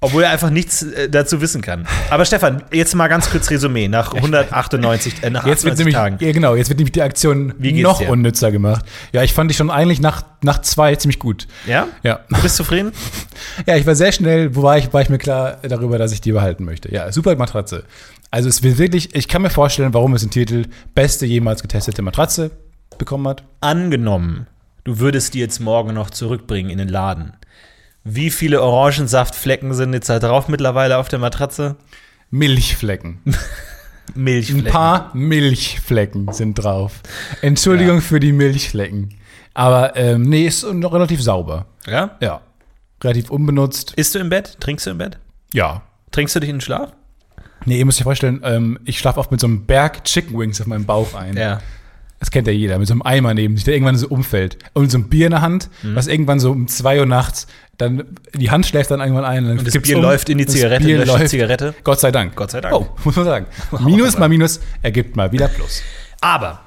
S2: Obwohl er einfach nichts äh, dazu wissen kann. Aber Stefan, jetzt mal ganz kurz Resümee nach 198 äh, nach
S1: Fall. jetzt wird
S2: 98
S1: nämlich,
S2: Tagen.
S1: ja, genau, jetzt wird nämlich die Aktion
S2: Wie geht's
S1: noch
S2: dir?
S1: unnützer gemacht. Ja, ich fand dich schon eigentlich nach, nach zwei ziemlich gut.
S2: Ja?
S1: Ja.
S2: Du bist zufrieden?
S1: Ja, ich war sehr schnell, wo war ich, war ich mir klar darüber, dass ich die behalten möchte. Ja, super Matratze. Also es wird wirklich, ich kann mir vorstellen, warum es den Titel beste jemals getestete Matratze bekommen hat.
S2: Angenommen, du würdest die jetzt morgen noch zurückbringen in den Laden. Wie viele Orangensaftflecken sind jetzt da drauf mittlerweile auf der Matratze?
S1: Milchflecken. Ein
S2: Milchflecken.
S1: paar Milchflecken sind drauf. Entschuldigung für die Milchflecken. Aber ähm, nee, ist noch relativ sauber.
S2: Ja?
S1: Ja. Relativ unbenutzt.
S2: Isst du im Bett? Trinkst du im Bett?
S1: Ja.
S2: Trinkst du dich in den Schlaf?
S1: Nee, ihr müsst euch vorstellen, ähm, ich schlafe oft mit so einem Berg Chicken Wings auf meinem Bauch ein. Das kennt ja jeder, mit so einem Eimer neben sich, der irgendwann so umfällt. Und so einem Bier in der Hand,
S2: Mhm.
S1: was irgendwann so um zwei Uhr nachts, dann die Hand schläft dann irgendwann ein. Dann
S2: Und das
S1: kippt's
S2: Bier
S1: um,
S2: läuft in die
S1: das
S2: Zigarette,
S1: Bier
S2: löscht die
S1: läuft.
S2: Zigarette.
S1: Gott sei Dank.
S2: Gott sei Dank.
S1: Oh, muss man sagen. Minus mal Minus ergibt mal wieder Plus.
S2: Aber,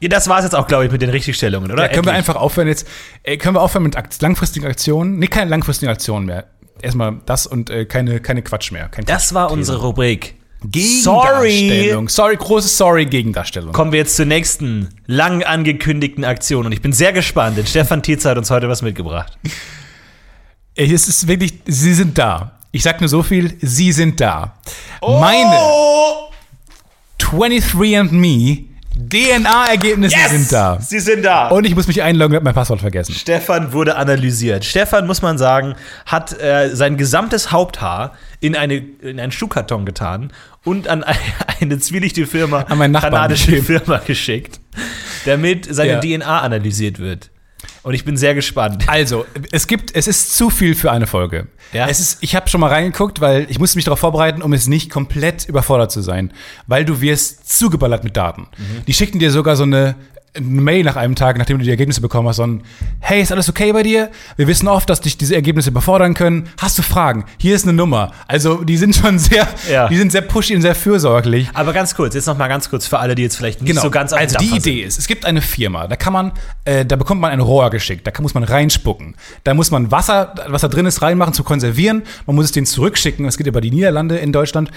S2: ja, das war es jetzt auch, glaube ich, mit den Richtigstellungen, oder?
S1: Ja, können wir
S2: Endlich.
S1: einfach aufhören jetzt? Äh, können wir aufhören mit Akt langfristigen Aktionen? Nee, keine langfristigen Aktionen mehr. Erstmal das und äh, keine, keine Quatsch mehr. Kein
S2: das war unsere Rubrik. Sorry!
S1: Gegendarstellung. Sorry, große Sorry, Gegendarstellung.
S2: Kommen wir jetzt zur nächsten lang angekündigten Aktion. Und ich bin sehr gespannt, denn Stefan Tietze hat uns heute was mitgebracht.
S1: Ey, Es ist wirklich, sie sind da. Ich sag nur so viel, sie sind da. Meine
S2: Oh!
S1: 23andMe DNA-Ergebnisse
S2: Yes!
S1: sind da.
S2: Sie sind da!
S1: Und ich muss mich einloggen, hab mein Passwort vergessen.
S2: Stefan wurde analysiert. Stefan, muss man sagen, hat äh, sein gesamtes Haupthaar in, eine, in einen Schuhkarton getan und an e- eine zwielichtige Firma,
S1: An meinen Nachbarn
S2: kanadische
S1: gegeben.
S2: Firma geschickt, damit seine
S1: Ja.
S2: DNA analysiert wird. Und ich bin sehr gespannt.
S1: Also, es gibt, es ist zu viel für eine Folge.
S2: Ja.
S1: Es ist, ich habe schon mal reingeguckt, weil ich musste mich darauf vorbereiten, um es nicht komplett überfordert zu sein, weil du wirst zugeballert mit Daten.
S2: Mhm.
S1: Die schickten dir sogar so eine, eine Mail nach einem Tag, nachdem du die Ergebnisse bekommen hast, so ein Hey, ist alles okay bei dir? Wir wissen oft, dass dich diese Ergebnisse überfordern können. Hast du Fragen? Hier ist eine Nummer. Also, die sind schon sehr,
S2: Ja.
S1: die sind sehr pushy und sehr fürsorglich.
S2: Aber ganz kurz, jetzt noch mal ganz kurz für alle, die jetzt vielleicht nicht
S1: Genau.
S2: so ganz auf dem
S1: also die
S2: Dampfer sind.
S1: Idee ist, es gibt eine Firma, da kann man, äh, da bekommt man ein Rohr geschickt, da kann, muss man reinspucken, da muss man Wasser, was da drin ist, reinmachen zu konservieren, man muss es denen zurückschicken, es geht über die Niederlande in Deutschland.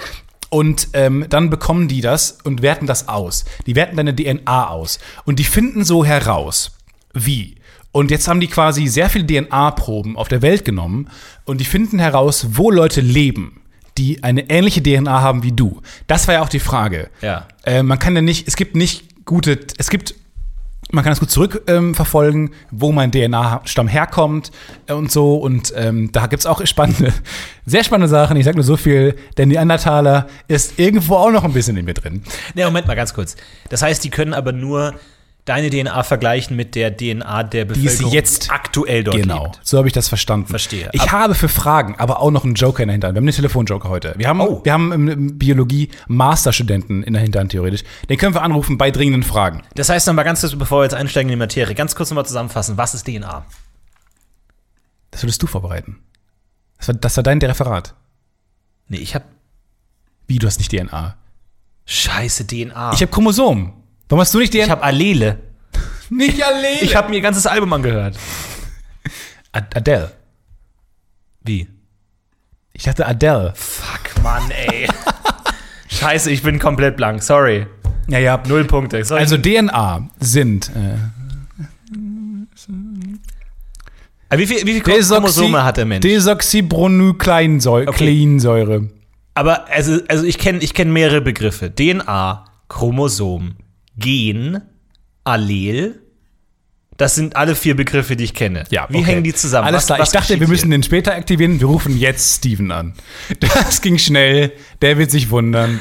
S1: Und ähm, dann bekommen die das und werten das aus. Die werten deine DNA aus. Und die finden so heraus, wie. Und jetzt haben die quasi sehr viele DNA-Proben auf der Welt genommen und die finden heraus, wo Leute leben, die eine ähnliche DNA haben wie du. Das war ja auch die Frage.
S2: Ja.
S1: Äh, man kann ja nicht, es gibt nicht gute, es gibt, man kann das gut zurückverfolgen, ähm, verfolgen, wo mein DNA-Stamm herkommt äh, und so. Und ähm, da gibt es auch spannende, sehr spannende Sachen. Ich sag nur so viel, der Neandertaler ist irgendwo auch noch ein bisschen in mir drin.
S2: Ne, Moment mal ganz kurz. Das heißt, die können aber nur deine DNA vergleichen mit der DNA der Bevölkerung,
S1: jetzt
S2: aktuell dort
S1: Genau,
S2: lebt.
S1: so habe ich das verstanden.
S2: Verstehe.
S1: Ich
S2: Ab-
S1: habe für Fragen aber auch noch einen Joker in der Hinterhand. Wir haben einen Telefonjoker heute. Wir haben,
S2: Oh.
S1: wir haben im- im Biologie Masterstudenten in der Hinterhand theoretisch. Den können wir anrufen bei dringenden Fragen.
S2: Das heißt nochmal ganz kurz, bevor wir jetzt einsteigen in die Materie, ganz kurz nochmal zusammenfassen, was ist DNA?
S1: Das würdest du vorbereiten. Das war, das war dein Referat.
S2: Nee, ich habe
S1: Wie, du hast nicht DNA?
S2: scheiße DNA.
S1: Ich habe Chromosomen. Warum hast du nicht DNA?
S2: Ich habe Allele.
S1: nicht allein.
S2: Ich habe mir ihr ganzes Album angehört.
S1: Ad Adele.
S2: Wie?
S1: Ich dachte Adele.
S2: Fuck, Mann, ey. scheiße, ich bin komplett blank, sorry.
S1: Ja, ja.
S2: Null Punkte. Soll ich-
S1: Also DNA sind äh,
S2: Aber wie viel, wie viel
S1: Desoxy-
S2: Chromosome hat der Mensch?
S1: Desoxybronylensäure. Kleinsäure.
S2: Aber also, also ich kenne ich kenn mehrere Begriffe. DNA, Chromosom, Gen, Allel. Das sind alle vier Begriffe, die ich kenne. Wie
S1: okay.
S2: hängen die zusammen?
S1: Alles
S2: Was-
S1: klar,
S2: was
S1: ich dachte,
S2: geschieht
S1: wir müssen
S2: hier?
S1: den später aktivieren. Wir rufen jetzt Steven an. Das ging schnell. Der wird sich wundern.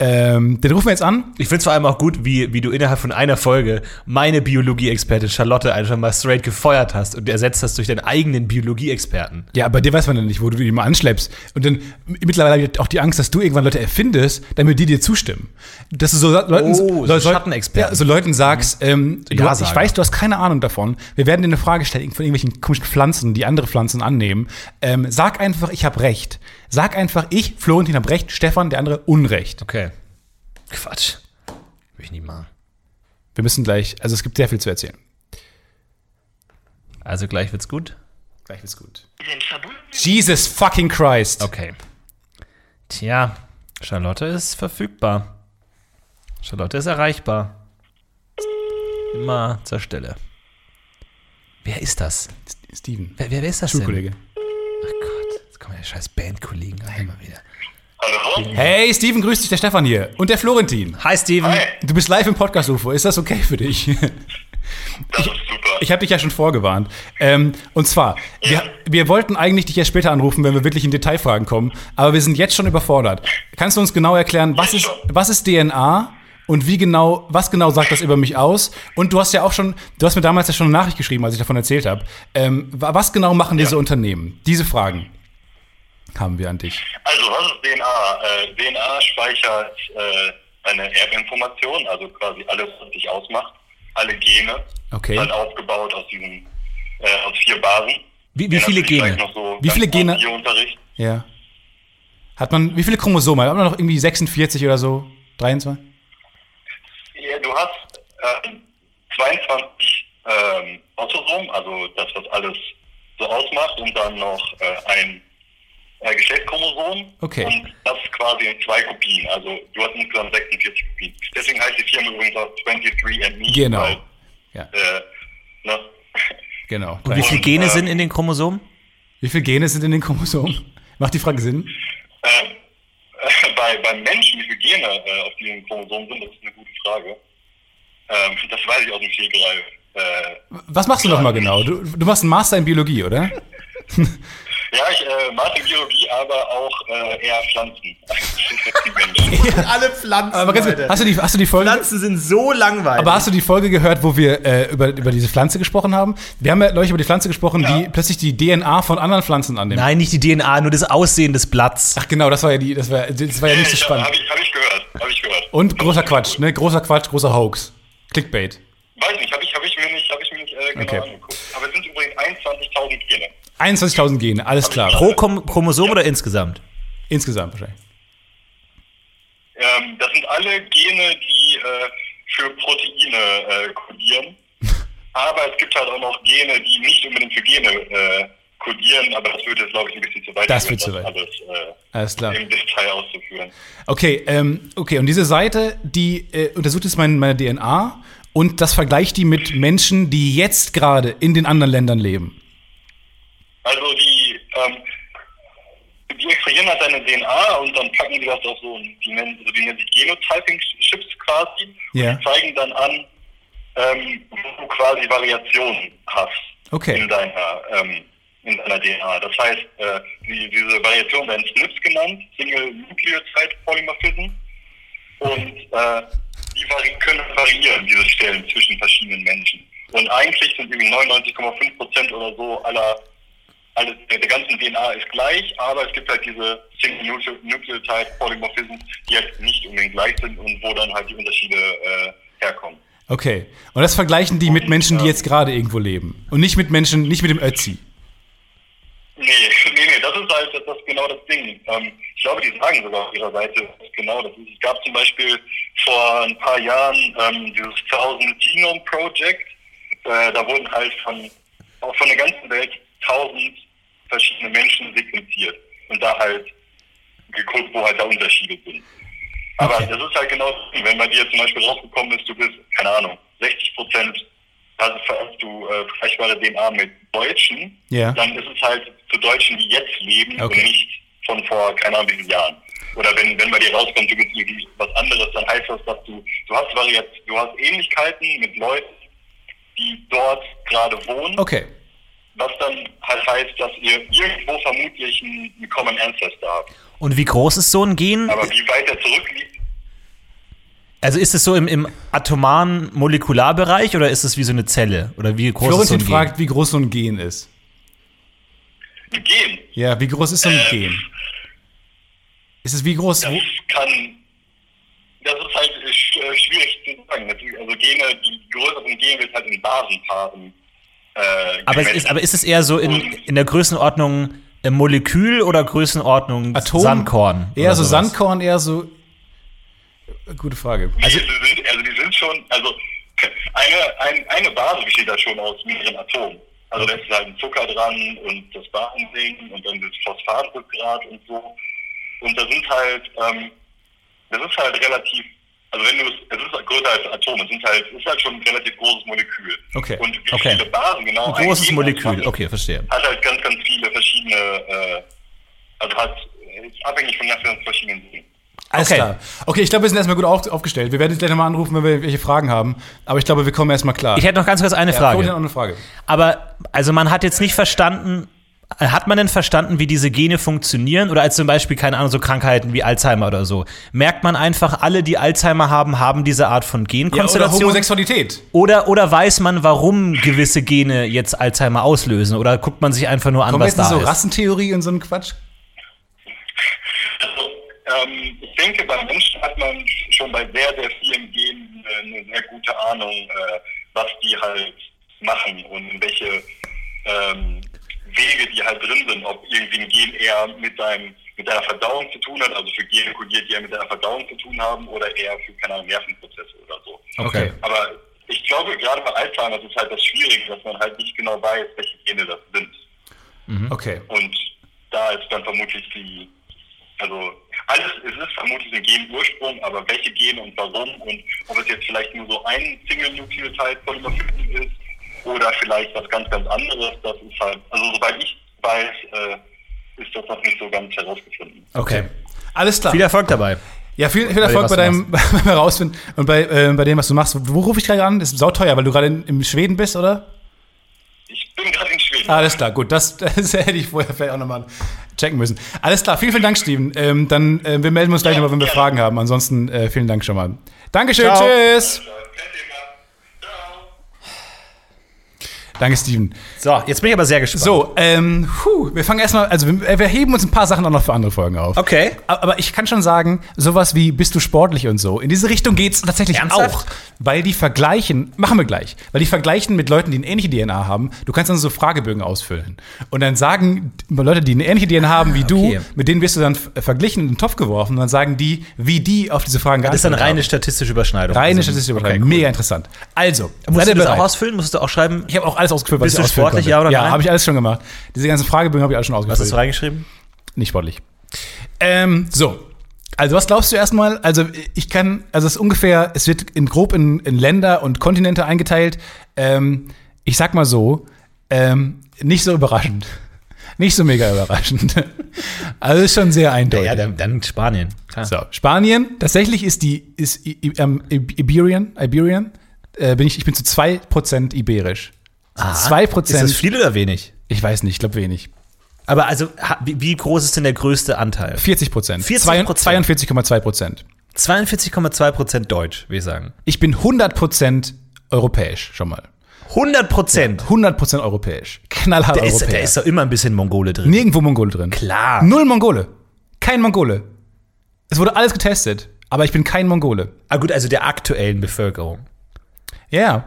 S1: Ähm, den rufen wir jetzt an.
S2: Ich finde es vor allem auch gut, wie, wie du innerhalb von einer Folge meine Biologie-Expertin Charlotte einfach mal straight gefeuert hast und ersetzt hast durch deinen eigenen Biologie-Experten.
S1: Ja, bei dir weiß man ja nicht, wo du ihn mal anschleppst. Und dann m- mittlerweile habe ich auch die Angst, dass du irgendwann Leute erfindest, damit die dir zustimmen. Dass du Oh, so Le- Leuten,
S2: so
S1: Leu-
S2: Schattenexperten.
S1: Ja, so Leuten sagst, ähm, du,
S2: Ja-Sager.
S1: ich weiß, du hast keine Ahnung davon. Wir werden dir eine Frage stellen von irgendwelchen komischen Pflanzen, die andere Pflanzen annehmen. Ähm, sag einfach, ich habe recht. Sag einfach, ich, Florentin, habe recht, Stefan, der andere, Unrecht.
S2: Okay. Quatsch. Will ich nicht machen.
S1: Wir müssen gleich, also es gibt sehr viel zu erzählen.
S2: Also gleich wird's gut.
S1: Gleich wird's gut.
S3: sind verbunden.
S1: Jesus fucking Christ.
S2: Okay. Tja, Charlotte ist verfügbar. Charlotte ist erreichbar. Immer zur Stelle. Wer ist das?
S1: Steven.
S2: Wer, wer, wer ist das denn?
S1: Schulkollege.
S2: Ach Gott, jetzt kommen ja scheiß Bandkollegen auch immer wieder.
S3: Hallo?
S1: Hey Steven, grüß dich, der Stefan hier. Und der Florentin.
S2: Hi Steven.
S1: Du bist live im Podcast UFO. Ist das okay für dich?
S3: Das ist super.
S1: Ich habe dich ja schon vorgewarnt. Ähm, und zwar, wir, wir wollten eigentlich dich ja später anrufen, wenn wir wirklich in Detailfragen kommen, aber wir sind jetzt schon überfordert. Kannst du uns genau erklären, was ist, was ist DNA und wie genau, was genau sagt das über mich aus? Und du hast ja auch schon, du hast mir damals ja schon eine Nachricht geschrieben, als ich davon erzählt habe. Ähm, wa- was genau machen diese Unternehmen? Diese Fragen haben wir an dich.
S3: Also, was ist DNA? Äh, DNA speichert äh, eine Erbinformation, also quasi alles, was dich ausmacht, alle Gene.
S1: Okay.
S3: Halt aufgebaut aus diesen äh, aus vier Basen.
S2: Wie- wie
S3: Ja,
S2: viele
S3: natürlich
S2: Gene?
S3: gleich Noch so
S1: Wie viele Gene?
S3: Unterricht.
S1: Ja. Hat man, wie viele Chromosomen? Hat man noch irgendwie 46 oder so? 23?
S3: Ja, du hast äh, 22 ähm, Autosomen, also das, was alles so ausmacht, und dann noch äh, ein äh, Geschlechtschromosom.
S1: Okay.
S3: Und das quasi in zwei Kopien. Also du hast insgesamt 46 Kopien. Deswegen heißt die Firma übrigens auch 23andMe.
S1: Genau.
S3: Weil,
S1: Ja,
S3: äh, ne?
S1: genau.
S2: Und wie viele
S3: Und,
S2: Gene
S3: äh,
S2: sind in den Chromosomen?
S1: Wie viele Gene sind in den Chromosomen? Macht die Frage Sinn?
S3: äh, bei, beim Menschen, wie viele Gene äh, auf diesem Chromosom sind, das ist eine gute Frage. Ähm, das weiß ich aus dem Stegreif. Äh,
S1: Was machst du nochmal genau? Du, du machst einen Master in Biologie, oder?
S3: Ja, ich äh, mag Biologie, aber auch äh, eher Pflanzen. Die Menschen.
S2: Alle Pflanzen.
S1: Aber ganz, kurz, hast, du die, hast du die Folge?
S2: sind so langweilig.
S1: Aber hast du die Folge gehört, wo wir äh, über, über diese Pflanze gesprochen haben? Wir haben ja neulich über die Pflanze gesprochen, die plötzlich die DNA von anderen Pflanzen annimmt.
S2: Nein, nicht die DNA, nur das Aussehen des Blatts.
S1: Ach genau, das war ja die, das war, das war ja nicht so spannend.
S3: Habe ich, also, hab ich gehört, habe ich gehört.
S1: Und großer Quatsch, ne? Großer Quatsch, großer Hoax. Clickbait.
S3: Weiß nicht, habe ich, hab ich mir nicht, hab ich mir nicht äh, genau
S1: Okay.
S3: angeguckt. Aber es sind übrigens 21.000 Gene.
S1: 21.000 Gene, alles klar.
S2: Pro Chrom- Chromosom oder insgesamt?
S1: Insgesamt wahrscheinlich.
S3: Ähm, das sind alle Gene, die äh, für Proteine äh, kodieren. Aber es gibt halt auch noch Gene, die nicht unbedingt für Gene äh, kodieren. Aber das würde jetzt, glaube ich, ein bisschen zu weit
S1: Das
S3: führen,
S1: wird zu weit.
S3: alles
S1: Alles klar.
S3: äh, im Detail auszuführen.
S1: Okay, ähm, okay, und diese Seite, die äh, untersucht jetzt mein, meine DNA und das vergleicht die mit Menschen, die jetzt gerade in den anderen Ländern leben.
S3: Also die, ähm, die extrahieren halt deine DNA und dann packen die das auf so, ein- die nennen, also die nennen sich Genotyping-Chips quasi
S1: Ja.
S3: und die zeigen dann an, ähm, wo du quasi Variationen hast
S1: Okay.
S3: in, deiner, ähm, in deiner DNA. Das heißt, äh, die, diese Variationen werden SNPs genannt, Single Nucleotide Polymorphism. Und äh, die vari können variieren, diese Stellen zwischen verschiedenen Menschen. Und eigentlich sind irgendwie 99,5 Prozent oder so aller, alles, der der ganzen DNA ist gleich, aber es gibt halt diese Single-Nucleotide-Polymorphismen, die halt nicht unbedingt gleich sind und wo dann halt die Unterschiede äh, herkommen.
S1: Okay. Und das vergleichen die mit Menschen, die jetzt gerade irgendwo leben. Und nicht mit Menschen, nicht mit dem Ötzi.
S3: Nee, nee, nee, das ist halt das, das ist genau das Ding. Ähm, ich glaube, die sagen sogar auf ihrer Seite genau das. ist. Es gab zum Beispiel vor ein paar Jahren ähm, dieses 1000 Genome Project. Äh, da wurden halt von, auch von der ganzen Welt 1000 verschiedene Menschen sequenziert und da halt geguckt, wo halt da Unterschiede sind. Aber das ist halt genau, das Ding. wenn bei dir zum Beispiel rausgekommen ist, du bist, keine Ahnung, 60 Prozent hast, hast du äh, vergleichbare DNA mit Deutschen,
S1: Ja.
S3: dann dann ist es halt zu Deutschen, die jetzt leben
S1: Okay.
S3: und nicht von vor, keine Ahnung, wie vielen Jahren. Oder wenn, wenn bei dir rauskommt, du bist irgendwie was anderes, dann heißt das, dass du, du hast Variat, du hast Ähnlichkeiten mit Leuten, die dort gerade wohnen,
S1: Okay.
S3: was dann halt heißt, dass ihr irgendwo vermutlich einen einen Common Ancestor habt.
S2: Und wie groß ist so ein Gen?
S3: Aber wie weit er zurückliegt,
S2: Also ist es so im, im atomaren Molekularbereich oder ist es wie so eine Zelle? Oder wie groß
S1: Florentin
S2: ist so ein Gen?
S1: fragt, wie groß so ein Gen ist.
S3: gehen,
S1: Ja, wie groß ist so ein Gen? Ist es wie groß?
S3: das
S1: wo-
S3: kann, das ist halt äh, sch- äh, schwierig zu sagen. Natürlich, Also Gene, die Größe von Genen wird halt in Basenpaaren äh,
S2: Aber, es
S3: gemessen.
S2: ist, aber ist es eher so in, in der Größenordnung äh, Molekül oder Größenordnung
S1: Atom?
S2: Sandkorn?
S1: Eher
S2: oder
S1: so
S2: sowas?
S1: Sandkorn, eher so. Gute Frage.
S3: Also, die sind, also die sind schon, also eine, ein, eine Base besteht da schon aus mehreren Atomen. Also da ist halt ein Zucker dran und das Basending und dann das Phosphatrückgrat und so. Und da sind halt, ähm, das ist halt relativ, also wenn du es, es ist größer als Atome, es sind halt, es ist halt schon ein relativ großes Molekül.
S1: Okay,
S3: Und wie
S2: okay.
S3: viele Basen genau
S2: Ein großes
S3: Gen
S2: Molekül,
S3: ausmachen,
S2: okay, verstehe.
S3: hat halt ganz, ganz viele verschiedene, äh, also hat, ist abhängig von ganz, ganz verschiedenen Dingen.
S1: Alles
S2: Okay.
S1: klar. Okay, ich glaube, wir sind erstmal gut auf, aufgestellt. Wir werden dich gleich nochmal anrufen, wenn wir welche Fragen haben. Aber ich glaube, wir kommen erstmal klar.
S2: Ich hätte noch ganz kurz eine
S1: Ja, Florian
S2: Frage.
S1: hat auch eine Frage.
S2: Aber also man hat jetzt nicht verstanden, hat man denn verstanden, wie diese Gene funktionieren? Oder als zum Beispiel, keine Ahnung, so Krankheiten wie Alzheimer oder so. Merkt man einfach, alle, die Alzheimer haben, haben diese Art von
S1: Ja, oder
S2: Genkonstellation?
S1: Homosexualität.
S2: Oder, oder weiß man, warum gewisse Gene jetzt Alzheimer auslösen? Oder guckt man sich einfach nur an,
S1: Kommen wir
S2: was
S1: jetzt in so
S2: da ist?
S1: Rassentheorie und so einen Quatsch?
S3: Also, ähm, ich denke, beim Menschen hat man schon bei sehr, sehr vielen Genen äh, eine sehr gute Ahnung, äh, was die halt machen und in welche ähm, Wege die halt drin sind. Ob irgendwie ein Gen eher mit, deinem, mit deiner Verdauung zu tun hat, also für Gene kodiert, die eher mit deiner Verdauung zu tun haben, oder eher für, keine Ahnung, Nervenprozesse oder so.
S1: Okay.
S3: Aber ich glaube, gerade bei Alzheimer ist es halt das Schwierige, dass man halt nicht genau weiß, welche Gene das sind.
S1: Okay.
S3: Und da ist dann vermutlich die, also alles, es ist vermutlich ein Genursprung, aber welche Gene und warum und ob es jetzt vielleicht nur so ein Single-Nucleotide-Polymorphismus ist oder vielleicht was ganz, ganz anderes, das ist halt, also soweit ich weiß, äh, ist das noch nicht so ganz herausgefunden.
S1: Okay. Alles klar.
S2: Viel Erfolg dabei.
S1: Ja, viel, viel
S2: dem,
S1: Erfolg
S2: was
S1: bei
S2: du
S1: deinem beim Herausfinden und bei, äh, bei dem, was du machst. Wo, wo rufe ich gerade an? Das ist sauteuer, weil du gerade in, in Schweden bist, oder?
S3: Ich bin gerade in Schweden.
S1: Alles klar, gut. Das, das hätte ich vorher vielleicht auch nochmal checken müssen. Alles klar, vielen, vielen Dank, Steven. Ähm, dann, äh, wir melden uns gleich
S3: Ja,
S1: nochmal, wenn wir
S3: gerne.
S1: Fragen haben. Ansonsten äh, vielen Dank schon mal. Dankeschön,
S2: Ciao.
S1: tschüss.
S3: Kein Thema. Ciao.
S1: Danke, Steven.
S2: So, jetzt bin ich aber sehr gespannt.
S1: So, ähm, puh, wir fangen erstmal, also wir, wir heben uns ein paar Sachen auch noch für andere Folgen auf.
S2: Okay.
S1: A- Aber ich kann schon sagen, sowas wie bist du sportlich und so, in diese Richtung geht's tatsächlich
S2: Ernsthaft?
S1: auch. Weil die vergleichen, machen wir gleich, weil die vergleichen mit Leuten, die eine ähnliche DNA haben, du kannst dann so Fragebögen ausfüllen. Und dann sagen Leute, die eine ähnliche DNA haben wie
S2: Ah, okay.
S1: du, mit denen wirst du dann f- äh, verglichen in den Topf geworfen und dann sagen die, wie die auf diese Fragen
S2: Das ist
S1: geantwortet
S2: dann reine
S1: haben.
S2: statistische Überschneidung.
S1: Reine
S2: Also,
S1: Statistik
S2: okay,
S1: übertreiben.
S2: cool.
S1: Mega interessant. Also, seid
S2: Musst
S1: ihr
S2: du das
S1: bereit?
S2: auch ausfüllen? Musstest du auch schreiben?
S1: Ich habe auch alles ausgefüllt, was
S2: Bist
S1: ich
S2: du
S1: ausfüllen
S2: sportlich,
S1: konnte.
S2: ja oder
S1: Ja,
S2: nein?
S1: habe ich alles schon gemacht. Diese ganzen Fragebögen habe ich alles schon ausgefüllt.
S2: Was hast du reingeschrieben?
S1: Nicht sportlich. Ähm, so. Also was glaubst du erstmal? Also ich kann, also es ist ungefähr, es wird in grob in, in Länder und Kontinente eingeteilt. Ähm, ich sag mal so, ähm, nicht so überraschend. Nicht so mega überraschend. Also ist schon sehr eindeutig.
S2: dann, dann Spanien. Klar.
S1: So, Spanien, tatsächlich ist die, ist I, I, ähm, I- Iberian, Iberian, äh, bin ich, ich bin zu 2% iberisch. Zwei Prozent.
S2: Ah, Ist das viel oder wenig?
S1: Ich weiß nicht, ich glaube wenig.
S2: Aber also, ha- wie, wie groß ist denn der größte Anteil?
S1: 40 Prozent.
S2: 40%.
S1: 42,2 Prozent.
S2: 42,2% deutsch, würde ich sagen.
S1: Ich bin 100% europäisch, schon mal.
S2: 100%.
S1: 100% europäisch. Knallhart
S2: Da, ist, da
S1: Europäer.
S2: ist doch immer ein bisschen Mongole drin.
S1: Nirgendwo Mongole drin.
S2: Klar.
S1: Null Mongole. Kein Mongole. Es wurde alles getestet, aber ich bin kein Mongole.
S2: Ah, gut, also der aktuellen Bevölkerung.
S1: Ja, ja.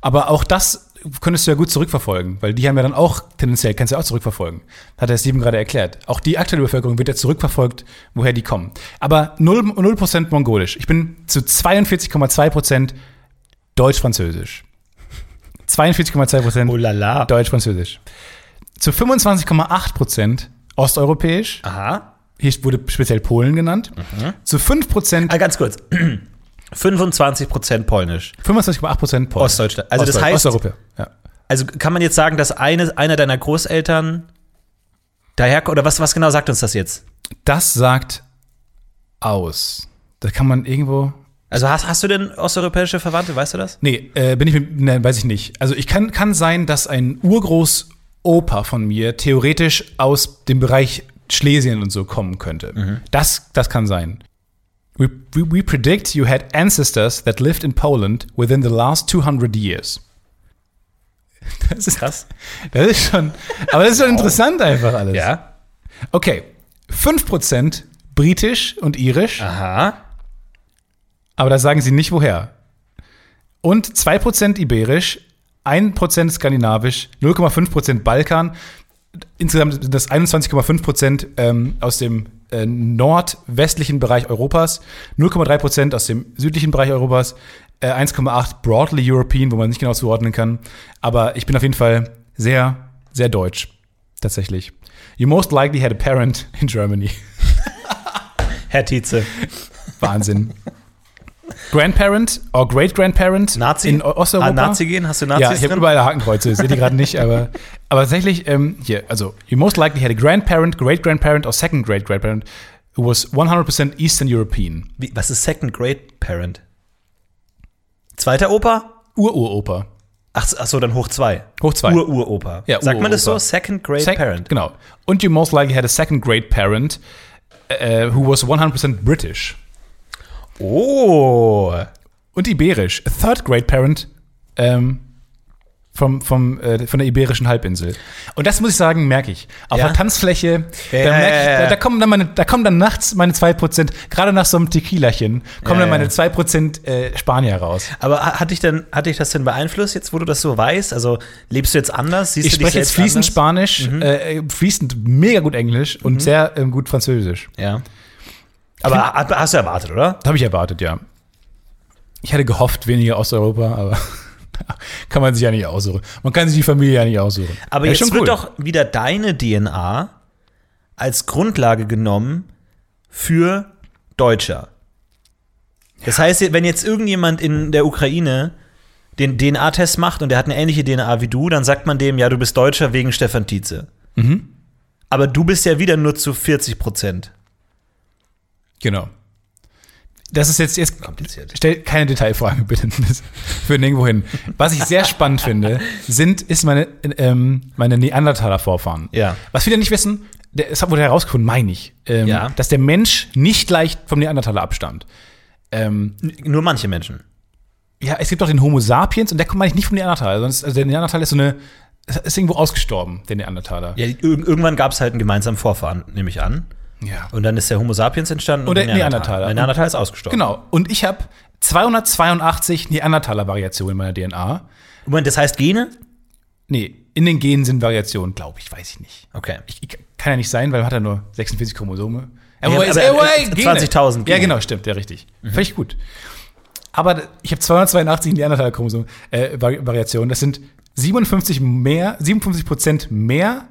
S1: aber auch das könntest du ja gut zurückverfolgen, weil die haben ja dann auch tendenziell, kannst du ja auch zurückverfolgen. Hat der Steven gerade erklärt. Auch die aktuelle Bevölkerung wird ja zurückverfolgt, woher die kommen. Aber 0, 0% mongolisch. Ich bin zu 42,2% deutsch-französisch. 42,2%
S2: la la.
S1: deutsch-französisch. Zu 25,8% osteuropäisch.
S2: Aha.
S1: Hier wurde speziell Polen genannt.
S2: Mhm.
S1: Zu 5%,
S2: Ah, ganz kurz. 25% polnisch.
S1: 25,8% Polen.
S2: Ostdeutschland. Also das
S1: Ostdeu-
S2: heißt-
S1: Osteuropa. Ja.
S2: Also kann man jetzt sagen, dass eine, einer deiner Großeltern daherkommt? Oder was, was genau sagt uns das jetzt?
S1: Das sagt aus. Da kann man irgendwo.
S2: Also hast, hast du denn osteuropäische Verwandte, weißt du das?
S1: Nee, äh, bin ich mit. Nein, weiß ich nicht. Also ich kann, kann sein, dass ein Urgroßopa von mir theoretisch aus dem Bereich Schlesien und so kommen könnte. Das, das kann sein. We, we, we predict you had ancestors that lived in Poland within the last 200 years. Das ist,
S2: Krass.
S1: das ist schon, aber das ist schon interessant einfach alles.
S2: Ja.
S1: Okay, 5% britisch und irisch.
S2: Aha.
S1: Aber da sagen sie nicht woher. Und 2% iberisch, 1% skandinavisch, 0,5% Balkan. Insgesamt sind das 21,5% ähm, aus dem äh, nordwestlichen Bereich Europas, 0,3% aus dem südlichen Bereich Europas, äh, 1,8% broadly European, wo man nicht genau zuordnen kann. Aber ich bin auf jeden Fall sehr, sehr deutsch. Tatsächlich. You most likely had a parent in Germany.
S2: Herr Tietze.
S1: Wahnsinn. Grandparent or Great Grandparent
S2: Nazi?
S1: in O- Osteuropa.
S2: Ah, Nazi gehen? Hast du Nazis
S1: Ja, ich habe
S2: drin?
S1: überall Hakenkreuze, seht ihr gerade nicht, aber, aber tatsächlich, ähm, hier, also, you most likely had a grandparent, great grandparent or second great grandparent who was 100% Eastern European.
S2: Wie, was ist Second Great Parent? Zweiter Opa?
S1: Ururopa.
S2: Ach, so- ach so, dann hoch zwei.
S1: Hoch zwei.
S2: Ur-Uropa.
S1: Ja,
S2: Sagt man das so?
S1: Uropa.
S2: Second Great
S1: Sec-
S2: Parent.
S1: Genau. Und you most likely had a second great parent äh, who was 100% British.
S2: Oh.
S1: Und iberisch. A third great parent ähm, vom, vom, äh, von der iberischen Halbinsel. Und das muss ich sagen, merke ich. Auf
S2: Ja?
S1: der Tanzfläche, da,
S2: Ja, ja,
S1: merke ich,
S2: ja, ja.
S1: da, da, kommen dann meine, da kommen dann nachts meine 2%, gerade nach so einem Tequilachen, kommen
S2: Ja,
S1: dann meine
S2: ja.
S1: 2% äh, Spanier raus.
S2: Aber ha- hat dich, denn, hat dich das denn beeinflusst, jetzt wo du das so weißt? Also lebst du jetzt anders? Siehst
S1: Ich
S2: du dich
S1: spreche jetzt
S2: selbst
S1: fließend
S2: anders? Mhm.
S1: Spanisch, äh, fließend mega gut Englisch und sehr ähm, gut Französisch.
S2: Ja. Aber ha- hast du erwartet, oder?
S1: Das habe ich erwartet, ja. Ich hätte gehofft, weniger Osteuropa, aber kann man sich ja nicht aussuchen. Man kann sich die Familie ja nicht aussuchen.
S2: Aber
S1: Ja,
S2: jetzt
S1: schon
S2: wird
S1: cool.
S2: doch wieder deine DNA als Grundlage genommen für Deutscher. Das heißt, wenn jetzt irgendjemand in der Ukraine den DNA-Test macht und der hat eine ähnliche DNA wie du, dann sagt man dem, ja, du bist Deutscher wegen Stefan Tietze.
S1: Mhm.
S2: Aber du bist ja wieder nur zu 40 Prozent.
S1: Genau. Das ist jetzt, jetzt
S2: Kompliziert.
S1: stell keine Detailfragen bitte. Das führt nirgendwo hin. Was ich sehr spannend finde, sind, ist meine, ähm, meine Neandertaler-Vorfahren.
S2: Ja.
S1: Was viele nicht wissen, der, es wurde herausgefunden, meine ich, ähm,
S2: Ja.
S1: dass der Mensch nicht leicht vom Neandertaler abstammt. Ähm,
S2: Nur manche Menschen.
S1: ja, es gibt doch den Homo sapiens und der kommt eigentlich nicht vom Neandertaler. Sonst, also der Neandertaler ist so eine, ist irgendwo ausgestorben, der Neandertaler.
S2: Ja, ir irgendwann gab es halt einen gemeinsamen Vorfahren, nehme ich an.
S1: ja.
S2: Und dann ist der Homo sapiens entstanden
S1: Und der
S2: der
S1: Neandertaler.
S2: Der Neandertaler ist ausgestorben.
S1: Genau. Und ich habe 282 Neandertaler-Variationen in meiner DNA.
S2: Moment, das heißt Gene?
S1: Nee, in den Genen sind Variationen, glaube ich, weiß ich nicht.
S2: Okay.
S1: Ich, ich, kann ja nicht sein, weil man hat ja nur 46 Chromosome.
S2: Ja,
S1: wobei,
S2: aber,
S1: äh, wobei,
S2: äh,
S1: Gene.
S2: 20.000 Gene.
S1: Ja, genau, stimmt, ja, richtig. Völlig gut. Aber ich habe 282 Neandertaler-Chromosomen, äh, Vari- Variationen. Das sind 57 mehr, 57 Prozent mehr,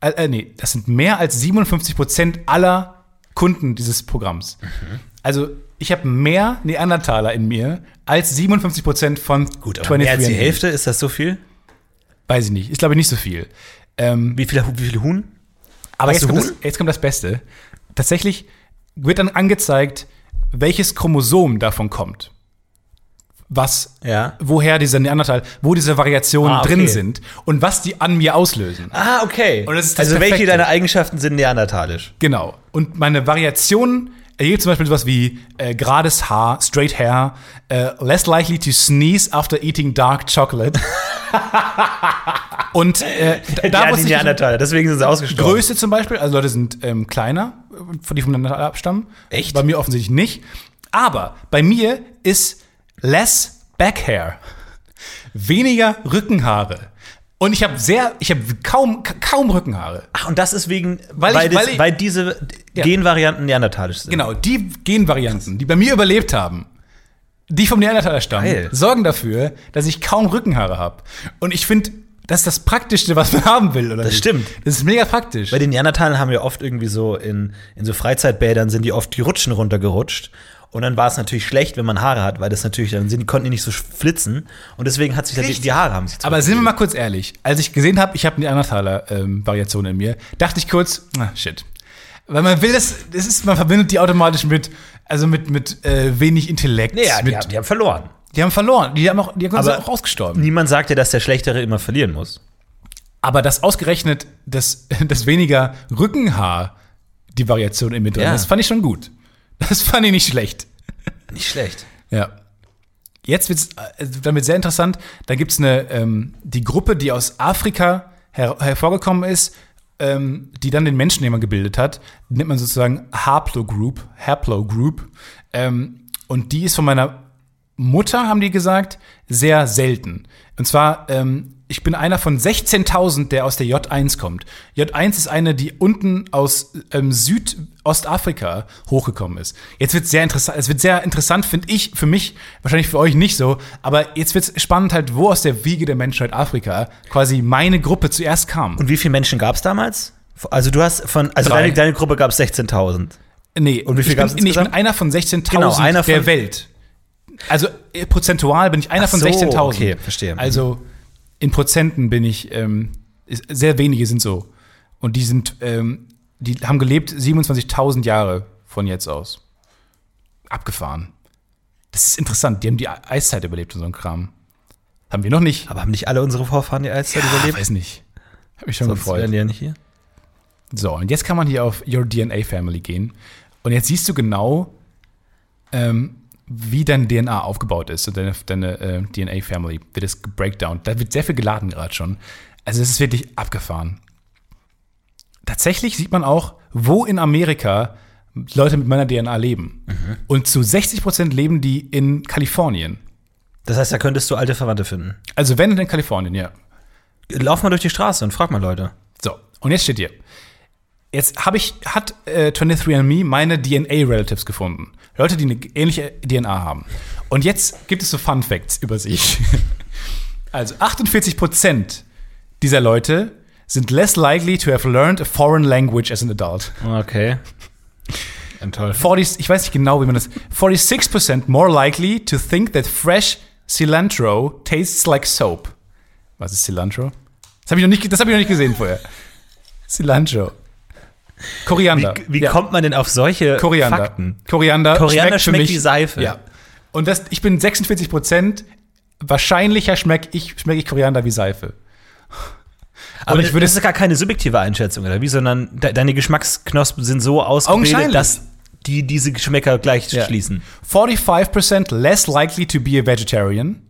S1: äh, äh, nee, das sind mehr als 57 Prozent aller Kunden dieses Programms.
S2: Mhm.
S1: Also, ich habe mehr Neandertaler in mir als 57 Prozent von
S2: Gut, aber mehr als die
S1: 23andMe.
S2: Hälfte, ist das so viel?
S1: Weiß ich nicht. Ist, glaube ich, nicht so viel. Ähm,
S2: Wie viel, wie viel Huhn?
S1: Aber
S2: Hast
S1: jetzt
S2: du
S1: kommt, das,
S2: Huhn?
S1: jetzt kommt das Beste. Tatsächlich wird dann angezeigt, welches Chromosom davon kommt. Was,
S2: Ja.
S1: woher diese Neandertal, wo diese Variationen
S2: Ah, okay.
S1: drin sind und was die an mir auslösen.
S2: Ah, okay.
S1: Und das ist das
S2: also welche
S1: Perfekte.
S2: deiner Eigenschaften sind neandertalisch?
S1: Genau. Und meine Variationen, Hier gibt es zum Beispiel sowas wie äh, gerades Haar, straight hair, äh, less likely to sneeze after eating dark chocolate. Und äh, da,
S2: Da
S1: da
S2: ja,
S1: muss
S2: die
S1: ich
S2: Neandertaler, deswegen sind sie ausgestorben.
S1: Größe zum Beispiel, also Leute sind ähm, kleiner, von die vom Neandertaler abstammen.
S2: Echt?
S1: Bei mir offensichtlich nicht. Aber bei mir ist less Backhair, weniger Rückenhaare. Und ich habe sehr, ich habe kaum, ka- kaum Rückenhaare.
S2: Ach, und das ist wegen,
S1: Weil
S2: weil,
S1: ich-
S2: das,
S1: weil ich-
S2: weil diese Genvarianten neandertalisch sind.
S1: Genau, die Genvarianten, die bei mir überlebt haben, die vom Neandertaler stammen,
S2: Geil.
S1: sorgen dafür, dass ich kaum Rückenhaare habe. Und ich finde, das ist das Praktischste, was man haben will, oder?
S2: Das
S1: nicht?
S2: stimmt.
S1: Das ist mega praktisch.
S2: Bei den Neandertalern haben wir oft irgendwie so in, in so Freizeitbädern sind die oft die Rutschen runtergerutscht. Und dann war es natürlich schlecht, wenn man Haare hat, weil das natürlich, dann sind, die konnten die nicht so flitzen. Und deswegen hat sich dann die,
S1: Richtig.
S2: die Haare haben sich
S1: Aber sind wir mal kurz ehrlich. Als ich gesehen habe, ich habe eine Neandertaler-Variation ähm, in mir, dachte ich kurz, ah, shit. Weil man will das, das ist, man verbindet die automatisch mit, also mit, mit äh, wenig Intellekt.
S2: Ja, die,
S1: mit,
S2: haben, die haben verloren.
S1: die haben verloren, die haben auch, die haben
S2: Aber-
S1: auch ausgestorben.
S2: Niemand sagt ja, dass der Schlechtere immer verlieren muss.
S1: Aber das ausgerechnet, das, das weniger Rückenhaar, die Variation in mir drin,
S2: Ja.
S1: das fand ich schon gut. Das fand ich nicht schlecht.
S2: Nicht schlecht.
S1: Ja. Jetzt wird's äh, damit sehr interessant. Da gibt's eine, ähm, die Gruppe, die aus Afrika her hervorgekommen ist, ähm, die dann den Menschen, den man gebildet hat, nennt man sozusagen Haplogroup. Haplogroup. Ähm, und die ist von meiner Mutter, haben die gesagt, sehr selten. Und zwar, ähm, ich bin einer von 16.000, der aus der J1 kommt. J1 ist eine, die unten aus ähm, Südostafrika hochgekommen ist. Jetzt wird sehr interessant, es wird sehr interessant, finde ich, für mich, wahrscheinlich für euch nicht so, aber jetzt wird es spannend halt, wo aus der Wiege der Menschheit Afrika quasi meine Gruppe zuerst kam.
S2: Und wie viele Menschen gab es damals? Also du hast von, also
S1: Drei.
S2: deine, deine Gruppe gab es 16.000.
S1: Nee, und
S2: wie viel gab's
S1: ich, bin, nee, ich bin
S2: insgesamt?
S1: einer von 16.000
S2: Genau, einer
S1: der
S2: von-
S1: Welt. Also äh, prozentual bin ich einer
S2: Ach
S1: von
S2: so,
S1: 16.000.
S2: okay, verstehe. Mhm.
S1: Also in Prozenten bin ich, ähm, ist, sehr wenige sind so. Und die sind, ähm, die haben gelebt 27.000 Jahre von jetzt aus. Abgefahren. Das ist interessant. Die haben die Eiszeit überlebt und so ein Kram. Haben wir noch nicht.
S2: Aber haben nicht alle unsere Vorfahren die Eiszeit
S1: Ich
S2: überlebt?
S1: weiß nicht. Hab mich schon
S2: Sonst
S1: gefreut.
S2: wären die ja nicht hier.
S1: So, und jetzt kann man hier auf Your DNA Family gehen. Und jetzt siehst du genau, ähm, wie dein DNA aufgebaut ist und deine, deine äh, DNA Family wird es breakdown. Da wird sehr viel geladen gerade schon. Also es ist wirklich abgefahren. Tatsächlich sieht man auch, wo in Amerika Leute mit meiner DNA leben. Und zu 60 Prozent leben die in Kalifornien.
S2: Das heißt, da könntest du alte Verwandte finden.
S1: Also wenn dann in Kalifornien, ja.
S2: Lauf mal durch die Straße und frag mal Leute.
S1: So, und jetzt steht hier. Jetzt habe ich, hat äh, 23andMe meine DNA-Relatives gefunden. Leute, die eine ähnliche DNA haben. Und jetzt gibt es so Fun Facts über sich. Also 48% dieser Leute sind less likely to have learned a foreign language as an adult.
S2: Okay. Enttäuscht.
S1: 40, ich weiß nicht genau, wie man das. 46% more likely to think that fresh cilantro tastes like soap. Was ist Cilantro? Das habe ich, noch nicht- das hab ich noch nicht gesehen vorher. Cilantro. Koriander.
S2: Wie, wie
S1: Ja,
S2: kommt man denn auf solche
S1: Koriander.
S2: Fakten?
S1: Koriander,
S2: Koriander
S1: für
S2: schmeckt
S1: mich-
S2: wie Seife.
S1: Ja. Und das, ich bin 46%. Wahrscheinlicher schmecke ich, schmeck ich Koriander wie Seife.
S2: Aber
S1: Und ich würde
S2: das ist gar keine subjektive Einschätzung, oder wie, sondern de deine Geschmacksknospen sind so ausgebildet,
S1: Augenscheinlich.
S2: dass die diese Geschmäcker gleich
S1: Ja.
S2: schließen.
S1: 45% less likely to be a vegetarian.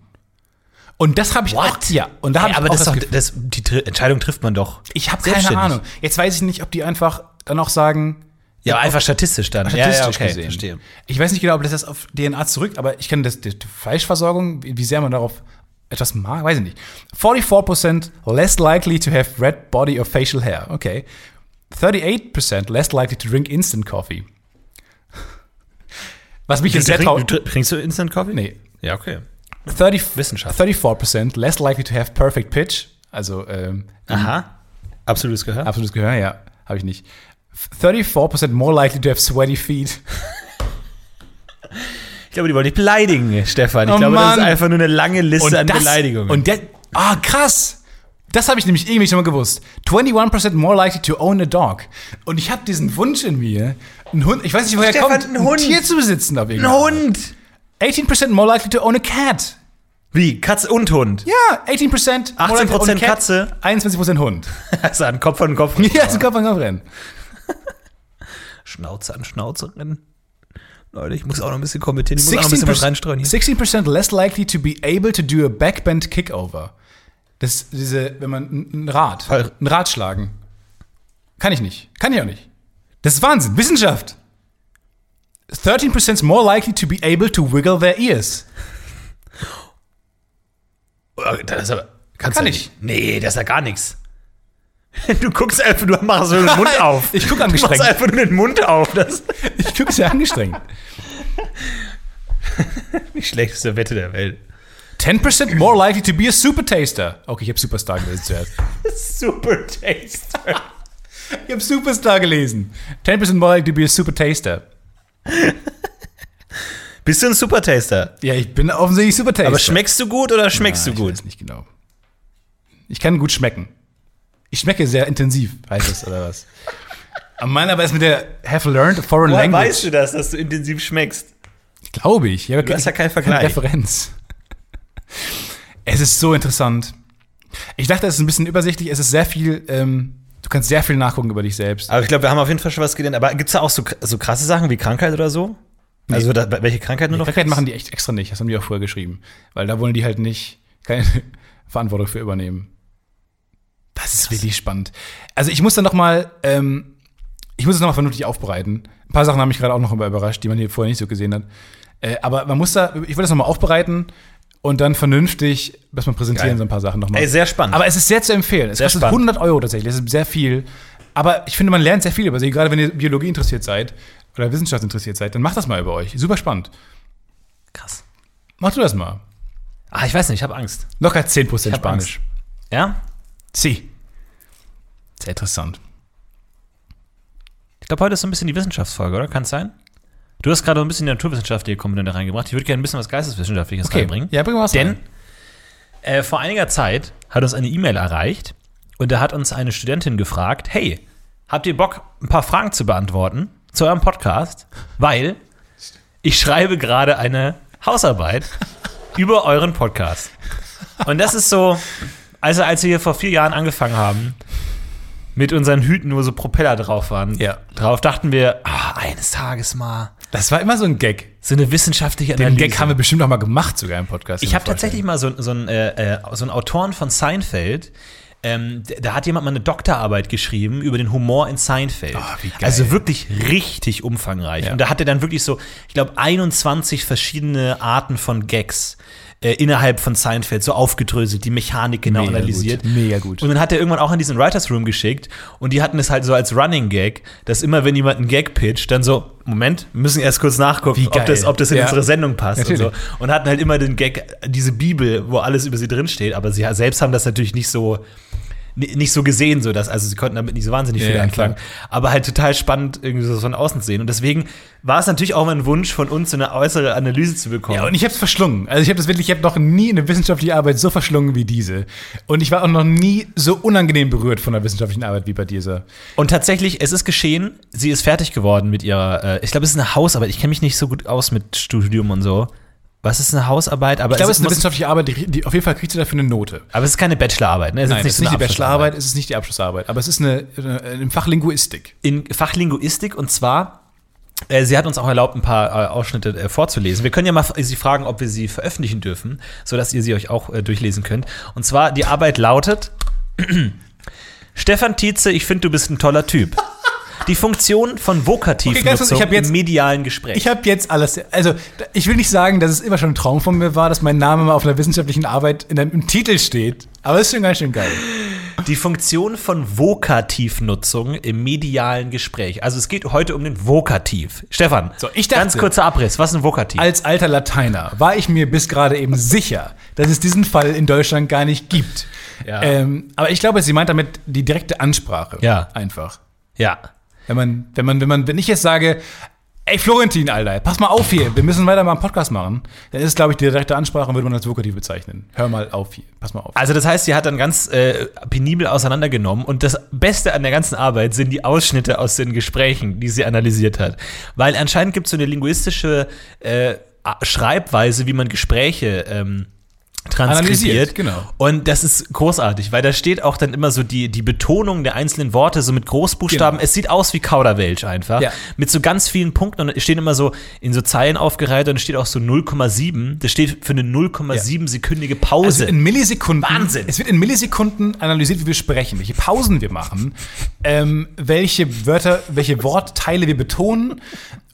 S1: Und das habe ich auch. Ja, und da habe
S2: Hey,
S1: ich
S2: aber
S1: auch
S2: das ist
S1: das
S2: doch, das, die Tri- Entscheidung trifft man doch.
S1: Ich habe keine
S2: Selbstständig.
S1: Ahnung. Jetzt weiß ich nicht, ob die einfach dann auch sagen,
S2: Ja, einfach statistisch dann.
S1: statistisch
S2: ja, ja, okay,
S1: gesehen.
S2: verstehe.
S1: Ich weiß nicht genau, ob das jetzt auf DNA zurück, aber ich kenne das, die die Fleischversorgung, wie wie sehr man darauf etwas mag, weiß ich nicht. 44% less likely to have red body or facial hair. Okay. 38% less likely to drink instant coffee. Was mich jetzt sehr
S2: trink,
S1: traurig.
S2: du, trinkst du Instant Coffee? Mhm.
S1: Nee.
S2: Ja, okay.
S1: 30,
S2: Wissenschaft.
S1: 34% less likely to have perfect pitch. Also, ähm,
S2: Aha. Absolutes Gehör.
S1: Absolutes Gehör, ja. Habe ich nicht. 34% more likely to have sweaty feet.
S2: Ich glaube, die wollen dich beleidigen, Stefan. Ich
S1: Oh,
S2: glaube, das ist
S1: Mann.
S2: einfach nur eine lange Liste an Beleidigungen.
S1: Und der, ah, krass. Das habe ich nämlich irgendwie schon mal gewusst. 21% more likely to own a dog. Und ich habe diesen Wunsch in mir, einen Hund, ich weiß nicht, woher er
S2: Stefan,
S1: kommt,
S2: ein Hund.
S1: ein Tier zu besitzen. Auf
S2: ein Hund!
S1: 18% more likely to own a cat.
S2: Wie? Katze und Hund?
S1: Ja, 18%
S2: 18% Katze.
S1: 21% Hund.
S2: Also an Kopf an Kopf.
S1: Ja, ist ein Kopf an Kopf rennen.
S2: Schnauze an Schnauze rennen. Leute, ich muss auch noch ein bisschen kommentieren, ich muss auch noch ein bisschen was reinstreuen hier.
S1: 16% less likely to be able to do a backbend kickover. Das ist diese, wenn man ein Rad,
S2: Fall-
S1: ein Rad schlagen. Kann ich nicht. Kann ich auch nicht. Das ist Wahnsinn. Wissenschaft. 13% more likely to be able to wiggle their ears.
S2: Oh, Das ist aber, kannst
S1: Kann
S2: du
S1: ich.
S2: Nicht. Nee, das ist ja gar nichts. Du guckst einfach, du machst so den Mund auf.
S1: Ich guck
S2: Du machst
S1: angestrengt.
S2: einfach nur den Mund auf. Das ist
S1: Ich gucke sehr angestrengt.
S2: die schlechteste Wette der Welt.
S1: 10% more likely to be a super taster. Okay, ich habe Superstar gelesen zuerst.
S2: Super Taster.
S1: Ich habe Superstar gelesen. 10% more likely to be a super taster.
S2: Bist du ein Super Taster?
S1: Ja, ich bin offensichtlich super taster.
S2: Aber schmeckst du gut oder schmeckst
S1: Ja,
S2: du gut?
S1: Ich weiß nicht genau. Ich kann gut schmecken. Ich schmecke sehr intensiv, heißt es, oder was? Am meiner aber ist mit der Have Learned a Foreign
S2: Woher
S1: Language.
S2: weißt du das, dass du intensiv schmeckst?
S1: Glaube ich. Ja,
S2: hast ja keinen Vergleich.
S1: Referenz. Es ist so interessant. Ich dachte, es ist ein bisschen übersichtlich. Es ist sehr viel, ähm, du kannst sehr viel nachgucken über dich selbst.
S2: Aber ich glaube, wir haben auf jeden Fall schon was gelernt. Aber gibt es da auch so, so krasse Sachen wie Krankheit oder so? Also, da, welche Krankheit nur noch?
S1: Krankheit machen die echt extra nicht. Das haben die auch vorher geschrieben. Weil da wollen die halt nicht keine Verantwortung für übernehmen. Das ist wirklich spannend. Also ich muss dann noch mal, ähm, ich muss es noch mal vernünftig aufbereiten. Ein paar Sachen haben mich gerade auch noch mal überrascht, die man hier vorher nicht so gesehen hat. Äh, aber man muss da, ich will das noch mal aufbereiten und dann vernünftig, dass man präsentieren
S2: Geil.
S1: so ein paar Sachen noch mal.
S2: Ey, sehr spannend.
S1: Aber es ist sehr zu empfehlen. Es kostet
S2: spannend.
S1: 100 Euro tatsächlich. Das ist sehr viel. Aber ich finde, man lernt sehr viel über sich. Gerade wenn ihr Biologie interessiert seid oder Wissenschaft interessiert seid, dann macht das mal über euch. Super spannend.
S2: krass.
S1: Mach du das mal.
S2: Ah, ich weiß nicht, ich habe Angst.
S1: Locker 10%
S2: hab
S1: Spanisch.
S2: Ja?
S1: Sie. Sehr interessant.
S2: Ich glaube, heute ist so ein bisschen die Wissenschaftsfolge, oder? Kann es sein? Du hast gerade so ein bisschen die naturwissenschaftliche Komponente reingebracht. Ich würde gerne ein bisschen was Geisteswissenschaftliches reinbringen.
S1: Ja, bring mal was
S2: Denn
S1: rein.
S2: äh, vor einiger Zeit hat uns eine E-Mail erreicht und da hat uns eine Studentin gefragt: Hey, habt ihr Bock, ein paar Fragen zu beantworten zu eurem Podcast? Weil ich schreibe gerade eine Hausarbeit über euren Podcast. Und das ist so, also als wir hier vor vier Jahren angefangen haben, mit unseren Hüten, wo so Propeller drauf waren,
S1: Ja.
S2: drauf dachten wir, ah, eines Tages mal
S1: Das war immer so ein Gag.
S2: so eine wissenschaftliche
S1: Den
S2: Analyse.
S1: Gag haben wir bestimmt noch mal gemacht, sogar im Podcast.
S2: Ich habe tatsächlich mal so, so, einen, äh, äh, so einen Autoren von Seinfeld. Ähm, d- da hat jemand mal eine Doktorarbeit geschrieben über den Humor in Seinfeld.
S1: Ah, wie geil.
S2: Also wirklich richtig umfangreich.
S1: Ja.
S2: Und da hat er dann wirklich so, ich glaube, 21 verschiedene Arten von Gags äh, innerhalb von Seinfeld so aufgedröselt, die Mechanik genau
S1: Mega
S2: analysiert.
S1: gut, mega gut.
S2: Und dann hat er irgendwann auch in diesen Writers Room geschickt und die hatten es halt so als Running Gag, dass immer wenn jemand einen Gag pitcht, dann so Moment, wir müssen erst kurz nachgucken,
S1: Wie
S2: ob das,
S1: geil.
S2: ob das in
S1: Ja.
S2: unsere Sendung passt und
S1: Natürlich.
S2: so und hatten halt immer den Gag, diese Bibel, wo alles über sie drinsteht, aber sie selbst haben das natürlich nicht so ni- nicht so gesehen, so dass, also sie konnten damit nicht so wahnsinnig viel
S1: Ja, ja,
S2: anfangen, aber halt total spannend irgendwie so von außen zu sehen und deswegen war es natürlich auch mal ein Wunsch von uns, so eine äußere Analyse zu bekommen.
S1: Ja, und ich habe es verschlungen. Also ich habe das wirklich, ich habe noch nie eine wissenschaftliche Arbeit so verschlungen wie diese. Und ich war auch noch nie so unangenehm berührt von einer wissenschaftlichen Arbeit wie bei dieser.
S2: Und tatsächlich, es ist geschehen, sie ist fertig geworden mit ihrer, äh, ich glaube, es ist eine Hausarbeit, ich kenne mich nicht so gut aus mit Studium und so. Was ist eine Hausarbeit? Aber
S1: Ich glaube, es ist eine
S2: muss-
S1: wissenschaftliche Arbeit, die, die auf jeden Fall kriegst du dafür eine Note.
S2: aber es ist keine Bachelorarbeit, ne? Es
S1: Nein, es ist
S2: so
S1: nicht die
S2: eine Abschlussarbeit.
S1: Bachelorarbeit, es ist nicht die Abschlussarbeit, aber es ist eine, eine, im Fach Linguistik.
S2: in Fachlinguistik und zwar. äh, Sie hat uns auch erlaubt, ein paar äh, Ausschnitte äh, vorzulesen. Wir können ja mal f- Sie fragen, ob wir sie veröffentlichen dürfen, sodass ihr sie euch auch äh, durchlesen könnt. Und zwar, die Arbeit lautet: Stefan Tietze, ich finde, du bist ein toller Typ. Die Funktion von
S1: ganz kurz,
S2: Vokativnutzung
S1: ich hab jetzt-
S2: im medialen Gespräch.
S1: Ich habe jetzt alles. Also, da- ich will nicht sagen, dass es immer schon ein Traum von mir war, dass mein Name mal auf einer wissenschaftlichen Arbeit in einem, im Titel steht. Aber es ist schon ganz schön geil.
S2: Die Funktion von Vokativnutzung im medialen Gespräch. Also es geht heute um den Vokativ. Stefan,
S1: So, ich dachte-
S2: ganz kurzer Abriss. Was ist ein Vokativ?
S1: Als alter Lateiner war ich mir bis gerade eben sicher, dass es diesen Fall in Deutschland gar nicht gibt.
S2: Ja.
S1: Ähm, aber ich glaube, sie meint damit die direkte Ansprache.
S2: Ja.
S1: Einfach.
S2: ja.
S1: Wenn man, wenn man, wenn man, wenn ich jetzt sage, ey Florentin, Alter, pass mal auf hier, wir müssen weiter mal einen Podcast machen, dann ist es, glaube ich, die direkte Ansprache und würde man als vokativ bezeichnen. Hör mal auf hier, pass mal auf.
S2: Also das heißt, sie hat dann ganz äh, penibel auseinandergenommen und das Beste an der ganzen Arbeit sind die Ausschnitte aus den Gesprächen, die sie analysiert hat. Weil anscheinend gibt es so eine linguistische äh, A- Schreibweise, wie man Gespräche ähm, transkribiert.
S1: Analysiert, genau.
S2: Und das ist großartig, weil da steht auch dann immer so die, die Betonung der einzelnen Worte, so mit Großbuchstaben.
S1: Genau.
S2: Es sieht aus wie Kauderwelsch einfach.
S1: Ja.
S2: Mit so ganz vielen Punkten und es stehen immer so in so Zeilen aufgereiht und es steht auch so 0,7. Das steht für eine 0,7 sekündige
S1: Also
S2: Pause.
S1: in Millisekunden.
S2: Wahnsinn.
S1: Es wird in Millisekunden analysiert, wie wir sprechen, welche Pausen wir machen, ähm, welche Wörter, welche Wortteile wir betonen.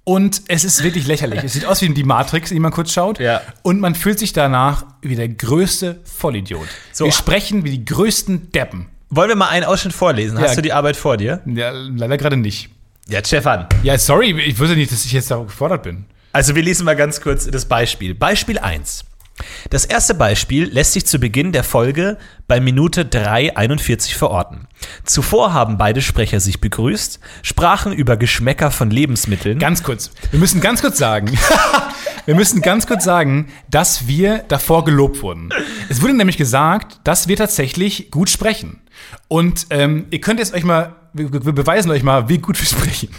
S1: Und es ist wirklich lächerlich. Es sieht aus wie die Matrix, in die man kurz schaut.
S2: Ja.
S1: Und man fühlt sich danach wie der größte Vollidiot.
S2: So.
S1: Wir sprechen wie die größten Deppen.
S2: Wollen wir mal einen Ausschnitt vorlesen? Hast
S1: Ja.
S2: du die Arbeit vor dir?
S1: Ja, leider gerade nicht.
S2: Ja, Stefan.
S1: Ja, sorry, ich wusste nicht, dass ich jetzt darauf gefordert bin.
S2: Also wir lesen mal ganz kurz das Beispiel. Beispiel 1. Das erste Beispiel lässt sich zu Beginn der Folge bei Minute 3.41 verorten. Zuvor haben beide Sprecher sich begrüßt, sprachen über Geschmäcker von Lebensmitteln.
S1: Ganz kurz. Wir müssen ganz kurz sagen. wir müssen ganz kurz sagen, dass wir davor gelobt wurden. Es wurde nämlich gesagt, dass wir tatsächlich gut sprechen. Und ähm, ihr könnt jetzt euch mal, wir, wir beweisen euch mal, wie gut wir sprechen.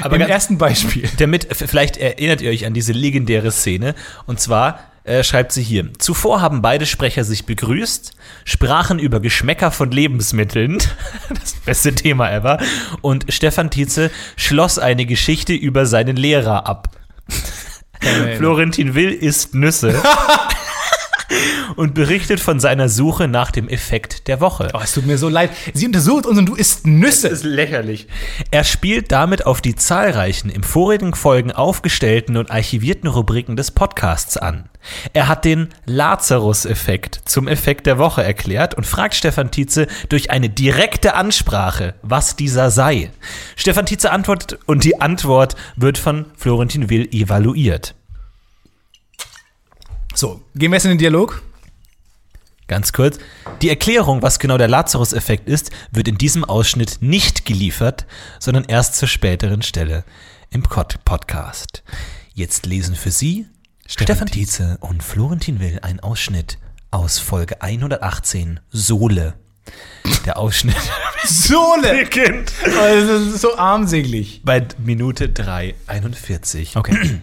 S2: Aber
S1: im
S2: ganz-
S1: ersten Beispiel.
S2: Damit, f- vielleicht erinnert ihr euch an diese legendäre Szene. Und zwar äh, schreibt sie hier: Zuvor haben beide Sprecher sich begrüßt, sprachen über Geschmäcker von Lebensmitteln, das beste Thema ever, und Stefan Tietze schloss eine Geschichte über seinen Lehrer ab. Florentin Will isst Nüsse. Und berichtet von seiner Suche nach dem Effekt der Woche.
S1: Oh, es tut mir so leid. Sie untersucht uns und du isst Nüsse.
S2: ist lächerlich. Er spielt damit auf die zahlreichen im vorigen Folgen aufgestellten und archivierten Rubriken des Podcasts an. Er hat den Lazarus-Effekt zum Effekt der Woche erklärt und fragt Stefan Tietze durch eine direkte Ansprache, was dieser sei. Stefan Tietze antwortet und die Antwort wird von Florentin Will evaluiert.
S1: So, gehen wir jetzt in den Dialog.
S2: Ganz kurz. Die Erklärung, was genau der Lazarus-Effekt ist, wird in diesem Ausschnitt nicht geliefert, sondern erst zur späteren Stelle im Cod- Podcast. Jetzt lesen für Sie Stefan, Tietze und Florentin Will einen Ausschnitt aus Folge 118 Sohle. Der Ausschnitt
S1: Sohle!
S2: beginnt
S1: Oh, das ist so armselig.
S2: bei Minute 3,41. Okay.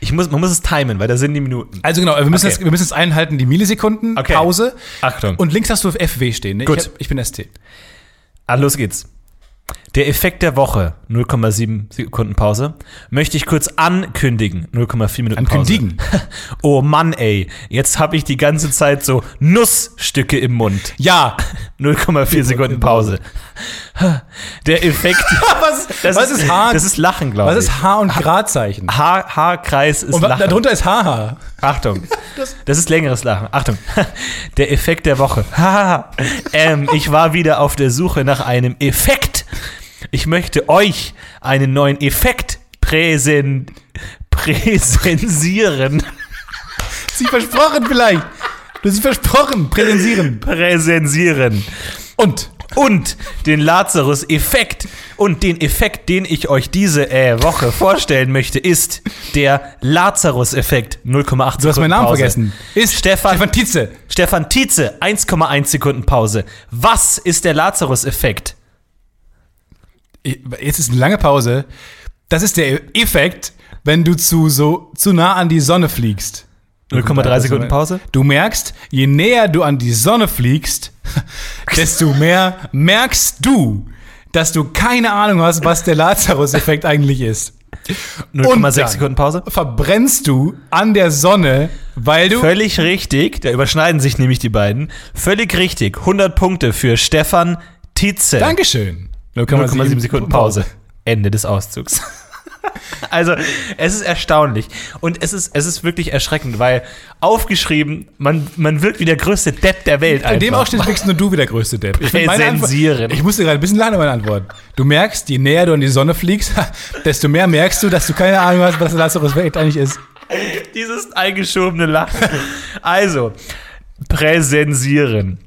S2: Ich muss, man muss es timen, weil da sind die Minuten.
S1: Also genau, wir müssen,
S2: Okay.
S1: jetzt, wir müssen jetzt einhalten die Millisekunden,
S2: Okay.
S1: Pause.
S2: Achtung.
S1: Und links hast du FW stehen. Ne?
S2: Gut.
S1: Ich, hab, ich bin ST.
S2: Ah, los geht's. Der Effekt der Woche, 0,7 Sekunden Pause, möchte ich kurz ankündigen. 0,4 Minuten
S1: Ankündigen.
S2: Pause. Oh Mann, ey. Jetzt habe ich die ganze Zeit so Nussstücke im Mund.
S1: Ja.
S2: 0,4 Sekunden Pause. Der Effekt.
S1: was, was ist, Haar?
S2: Das ist Lachen, glaube ich.
S1: was ist Haar und Gradzeichen?
S2: Haar, Haarkreis ist
S1: Und wa-
S2: Lachen.
S1: darunter ist Haha.
S2: Achtung. Das ist längeres Lachen. Achtung. Der Effekt der Woche. Hahaha. ähm, ich war wieder auf der Suche nach einem Effekt. Ich möchte euch einen neuen Effekt präsen präsensieren.
S1: Sie versprochen vielleicht. Du hast sie versprochen. Präsensieren.
S2: Präsensieren.
S1: Und
S2: Und den Lazarus-Effekt. Und den Effekt, den ich euch diese äh, Woche vorstellen möchte, ist der Lazarus-Effekt. 0,8
S1: du hast meinen Namen vergessen.
S2: Ist Stefan
S1: Stefan Tietze.
S2: Stefan Tietze, 1,1 Sekunden Pause. Was ist der Lazarus-Effekt?
S1: Ich- Jetzt ist eine lange Pause. Das ist der Effekt, wenn du zu so zu nah an die Sonne fliegst. Also,
S2: 0,3 Sekunden Pause?
S1: Du merkst, je näher du an die Sonne fliegst, desto mehr merkst du, dass du keine Ahnung hast, was der Lazarus-Effekt eigentlich ist.
S2: 0,6
S1: dann-
S2: Sekunden Pause?
S1: Verbrennst du an der Sonne, weil du
S2: Völlig richtig, da überschneiden sich nämlich die beiden. Völlig richtig, 100 Punkte für Stefan Tietze.
S1: Dankeschön.
S2: 0,7 Sekunden Pause. Ende des Auszugs. Also, es ist erstaunlich. Und es ist, es ist wirklich erschreckend, weil aufgeschrieben, man, man wirkt wie der größte Depp der Welt.
S1: In dem
S2: einfach.
S1: Ausschnitt bist nur du wieder größte Depp. Ich, find meine Antwort-
S2: Präsensieren.
S1: ich musste gerade ein bisschen lachen über meine Antwort. Du merkst, je näher du an die Sonne fliegst, desto mehr merkst du, dass du keine Ahnung hast, was Lazarus-Effekt eigentlich ist.
S2: Dieses eingeschobene Lachen. Also, präsensieren.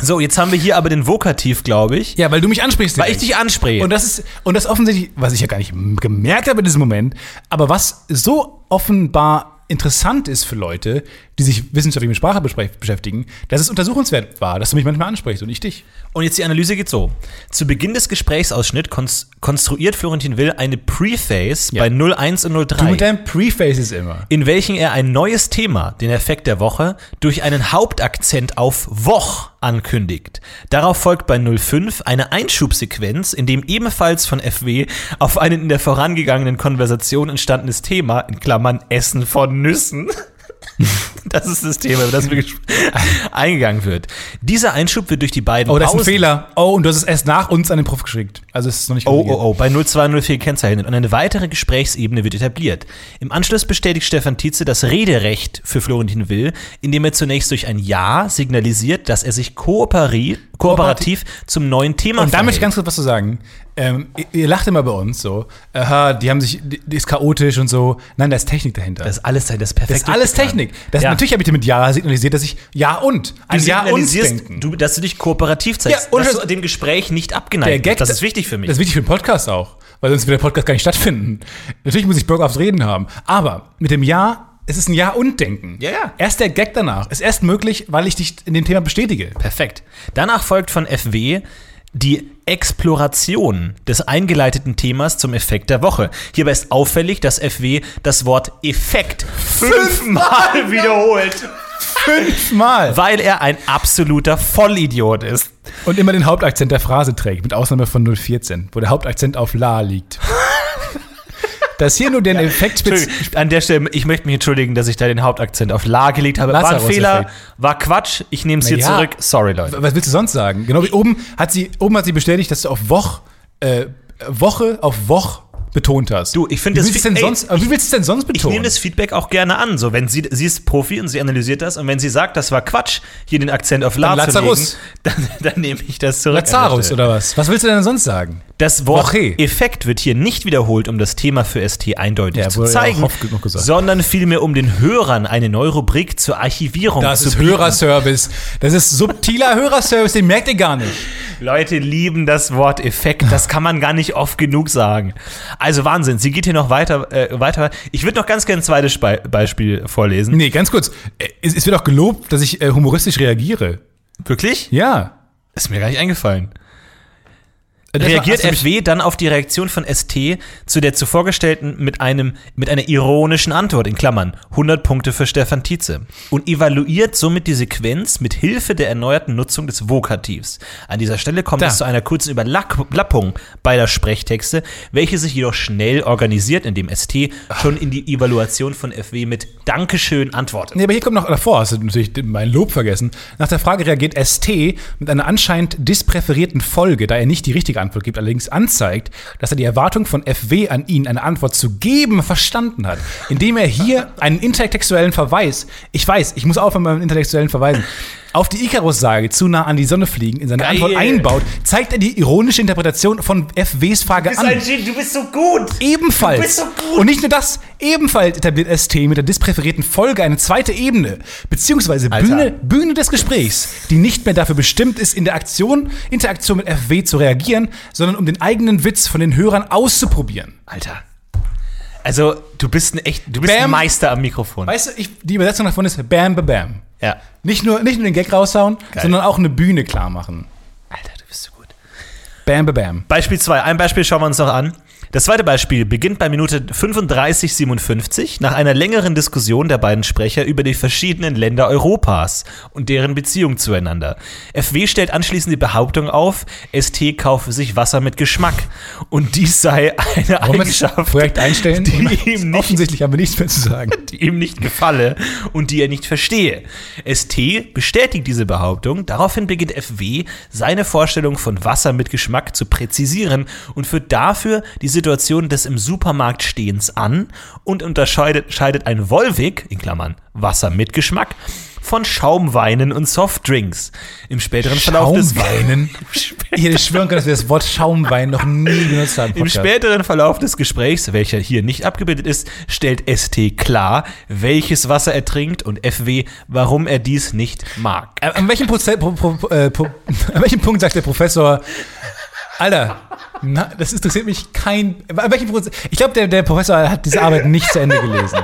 S2: So, jetzt haben wir hier aber den Vokativ, glaube ich.
S1: Ja, weil du mich ansprichst.
S2: Weil ich
S1: direkt.
S2: dich anspreche.
S1: Und das ist, und das offensichtlich, was ich ja gar nicht m- gemerkt habe in diesem Moment, aber was so offenbar interessant ist für Leute, die sich wissenschaftlich mit Sprache bespre- beschäftigen, dass es untersuchenswert war, dass du mich manchmal ansprichst und ich dich.
S2: Und jetzt die Analyse geht so. Zu Beginn des Gesprächsausschnitts konst- konstruiert Florentin Will eine Preface
S1: Ja.
S2: bei 01 und
S1: Du mit
S2: 03,
S1: deinen Prefaces immer.
S2: in welchen er ein neues Thema, den Effekt der Woche, durch einen Hauptakzent auf Woch ankündigt. Darauf folgt bei 05 eine Einschubsequenz, in dem ebenfalls von FW auf ein in der vorangegangenen Konversation entstandenes Thema, in Klammern Essen von Nüssen, das ist das Thema, über das wir gesp- eingegangen wird. Dieser Einschub wird durch die beiden
S1: Oh, das ist ein
S2: Pausen-
S1: Fehler. Oh, und du hast es erst nach uns an den Prof geschickt. Also es ist noch nicht
S2: Oh,
S1: korrigiert.
S2: oh, oh, bei 0204 kennzeichnet und eine weitere Gesprächsebene wird etabliert. Im Anschluss bestätigt Stefan Tietze das Rederecht für Florentin Will, indem er zunächst durch ein Ja signalisiert, dass er sich kooperi kooperativ zum neuen Thema
S1: Und da möchte ich
S2: verhält.
S1: ganz kurz was zu sagen. Ähm, ihr, ihr lacht immer bei uns so. Aha, die haben sich, die, die ist chaotisch und so. Nein, da ist Technik dahinter.
S2: Das ist alles, das ist perfekt.
S1: Das ist alles
S2: durchgeplant.
S1: Technik. Das,
S2: Ja. Also
S1: Natürlich habe ich dir mit Ja signalisiert, dass ich Ja und. Ein
S2: Du
S1: Ja und
S2: signalisierst,
S1: denken.
S2: du, dass du dich kooperativ zeigst,
S1: Ja, und
S2: dass
S1: das-
S2: du dem Gespräch nicht
S1: Der
S2: abgeneigt
S1: Gag,
S2: bist. Das ist wichtig für mich.
S1: Das ist wichtig für den Podcast auch, weil sonst wird der Podcast gar nicht stattfinden. Natürlich muss ich Bock aufs Reden haben, aber mit dem Ja, es ist ein Ja und Denken.
S2: Ja, ja.
S1: Erst der Gag danach ist erst möglich, weil ich dich in dem Thema bestätige.
S2: Perfekt. Danach folgt von FW die Exploration des eingeleiteten Themas zum Effekt der Woche. Hierbei ist auffällig, dass FW das Wort Effekt fünfmal wiederholt,
S1: Mal.
S2: weil er ein absoluter Vollidiot ist.
S1: Und immer den Hauptakzent der Phrase trägt, mit Ausnahme von 014, wo der Hauptakzent auf La liegt. Dass hier nur den Effekt spitz.
S2: Entschuldigung, An der Stelle, ich möchte mich entschuldigen, dass ich da den Hauptakzent auf La gelegt habe. War ein
S1: Lazarus-Effekt.
S2: Fehler, war Quatsch, ich nehme es
S1: Na
S2: hier
S1: ja.
S2: zurück. Sorry, Leute.
S1: Was willst du sonst sagen? Genau wie oben hat sie, oben hat sie bestätigt, dass du auf Woch, äh, Woche auf Woch betont hast.
S2: Du, ich finde
S1: wie
S2: das
S1: willst du es
S2: viel-
S1: denn
S2: ey,
S1: sonst, aber wie willst du es denn sonst
S2: Ich
S1: betonen?
S2: nehme das Feedback auch gerne an. So, wenn sie, sie ist Profi und sie analysiert das und wenn sie sagt, das war Quatsch, hier den Akzent auf La
S1: Dann
S2: zu legen,
S1: Lazarus.
S2: dann, dann nehme ich das zurück. an der
S1: Lazarus
S2: Stelle. Um
S1: oder was? Was willst du denn sonst sagen?
S2: Das Wort
S1: Okay.
S2: Effekt wird hier nicht wiederholt, um das Thema für ST eindeutig
S1: Ja,
S2: zu
S1: wurde ja auch
S2: zeigen,
S1: oft genug gesagt.
S2: sondern vielmehr um den Hörern eine neue Rubrik zur Archivierung
S1: Das
S2: zu
S1: ist
S2: bieten.
S1: Hörerservice. Das ist subtiler Hörerservice, den merkt ihr gar nicht.
S2: Leute lieben das Wort Effekt. Das kann man gar nicht oft genug sagen. Also Wahnsinn. Sie geht hier noch weiter. Äh, weiter. Ich würde noch ganz gerne ein zweites Be Beispiel vorlesen.
S1: Nee, ganz kurz. Äh, Es, es wird auch gelobt, dass ich äh, humoristisch reagiere.
S2: Wirklich?
S1: Ja. Äh,
S2: Ist mir gar nicht eingefallen.
S1: Das war-
S2: Reagiert
S1: hast du mich-
S2: FW dann auf die Reaktion von ST zu der zuvor gestellten mit einem mit einer ironischen Antwort in Klammern 100 Punkte für Stefan Tietze und evaluiert somit die Sequenz mit Hilfe der erneuerten Nutzung des Vokativs. An dieser Stelle kommt
S1: Da.
S2: es zu einer kurzen Überlappung beider Sprechtexte, welche sich jedoch schnell organisiert, indem ST schon in die Evaluation von FW mit Dankeschön antwortet.
S1: Nee, aber hier kommt noch davor, hast du natürlich den- mein Lob vergessen. Nach der Frage reagiert ST mit einer anscheinend dispräferierten Folge, da er nicht die richtige Antwort gibt, allerdings anzeigt, dass er die Erwartung von FW an ihn, eine Antwort zu geben, verstanden hat. Indem er hier einen intertextuellen Verweis, ich weiß, ich muss aufhören beim intertextuellen Verweisen, auf die Icarus-Sage zu nah an die Sonne fliegen, in seine
S2: Geil.
S1: Antwort einbaut, zeigt er die ironische Interpretation von FWs Frage an.
S2: du bist so gut.
S1: Ebenfalls.
S2: Du bist so gut.
S1: Und nicht nur das, ebenfalls etabliert ST mit der dispräferierten Folge eine zweite Ebene, beziehungsweise
S2: Alter.
S1: Bühne, Bühne des Gesprächs, die nicht mehr dafür bestimmt ist, in der Aktion, Interaktion mit FW zu reagieren, sondern um den eigenen Witz von den Hörern auszuprobieren.
S2: Alter. Also, du bist ein echt, du bist ein
S1: Bam.
S2: Meister am Mikrofon.
S1: Weißt du, ich, die Übersetzung davon ist Bam, Bam, Bam.
S2: Ja.
S1: Nicht nur, nicht nur den Gag raushauen, sondern auch eine Bühne klar machen.
S2: Alter, du bist so gut.
S1: Bam, Bam, Bam.
S2: Beispiel 2. Ein Beispiel schauen wir uns noch an. Das zweite Beispiel beginnt bei Minute 35,57 nach einer längeren Diskussion der beiden Sprecher über die verschiedenen Länder Europas und deren Beziehung zueinander. FW stellt anschließend die Behauptung auf, ST kaufe sich Wasser mit Geschmack und dies sei
S1: Wollen
S2: eine
S1: wir das
S2: Eigenschaft,
S1: Projekt einstellen?
S2: die ihm nicht
S1: Offensichtlich haben wir nichts mehr zu sagen.
S2: die ihm nicht gefalle und die er nicht verstehe. ST bestätigt diese Behauptung, daraufhin beginnt FW seine Vorstellung von Wasser mit Geschmack zu präzisieren und führt dafür die Situation des im Supermarkt Stehens an und unterscheidet scheidet ein Wolwig, in Klammern Wasser mit Geschmack, von Schaumweinen und Softdrinks. Im späteren Verlauf des
S1: Schaumweinen? Ich hätte schwören können, dass wir das Wort Schaumwein noch nie benutzt haben. im
S2: Im
S1: Podcast.
S2: späteren Verlauf des Gesprächs, welcher hier nicht abgebildet ist, stellt ST klar, welches Wasser er trinkt und FW, warum er dies nicht mag.
S1: Äh, An welchem, Proze pro, pro, äh, pro, an welchem Punkt sagt der Professor, Alter, na, das interessiert mich kein. An welchem Proze ich glaube, der, der Professor hat diese Arbeit nicht zu Ende gelesen.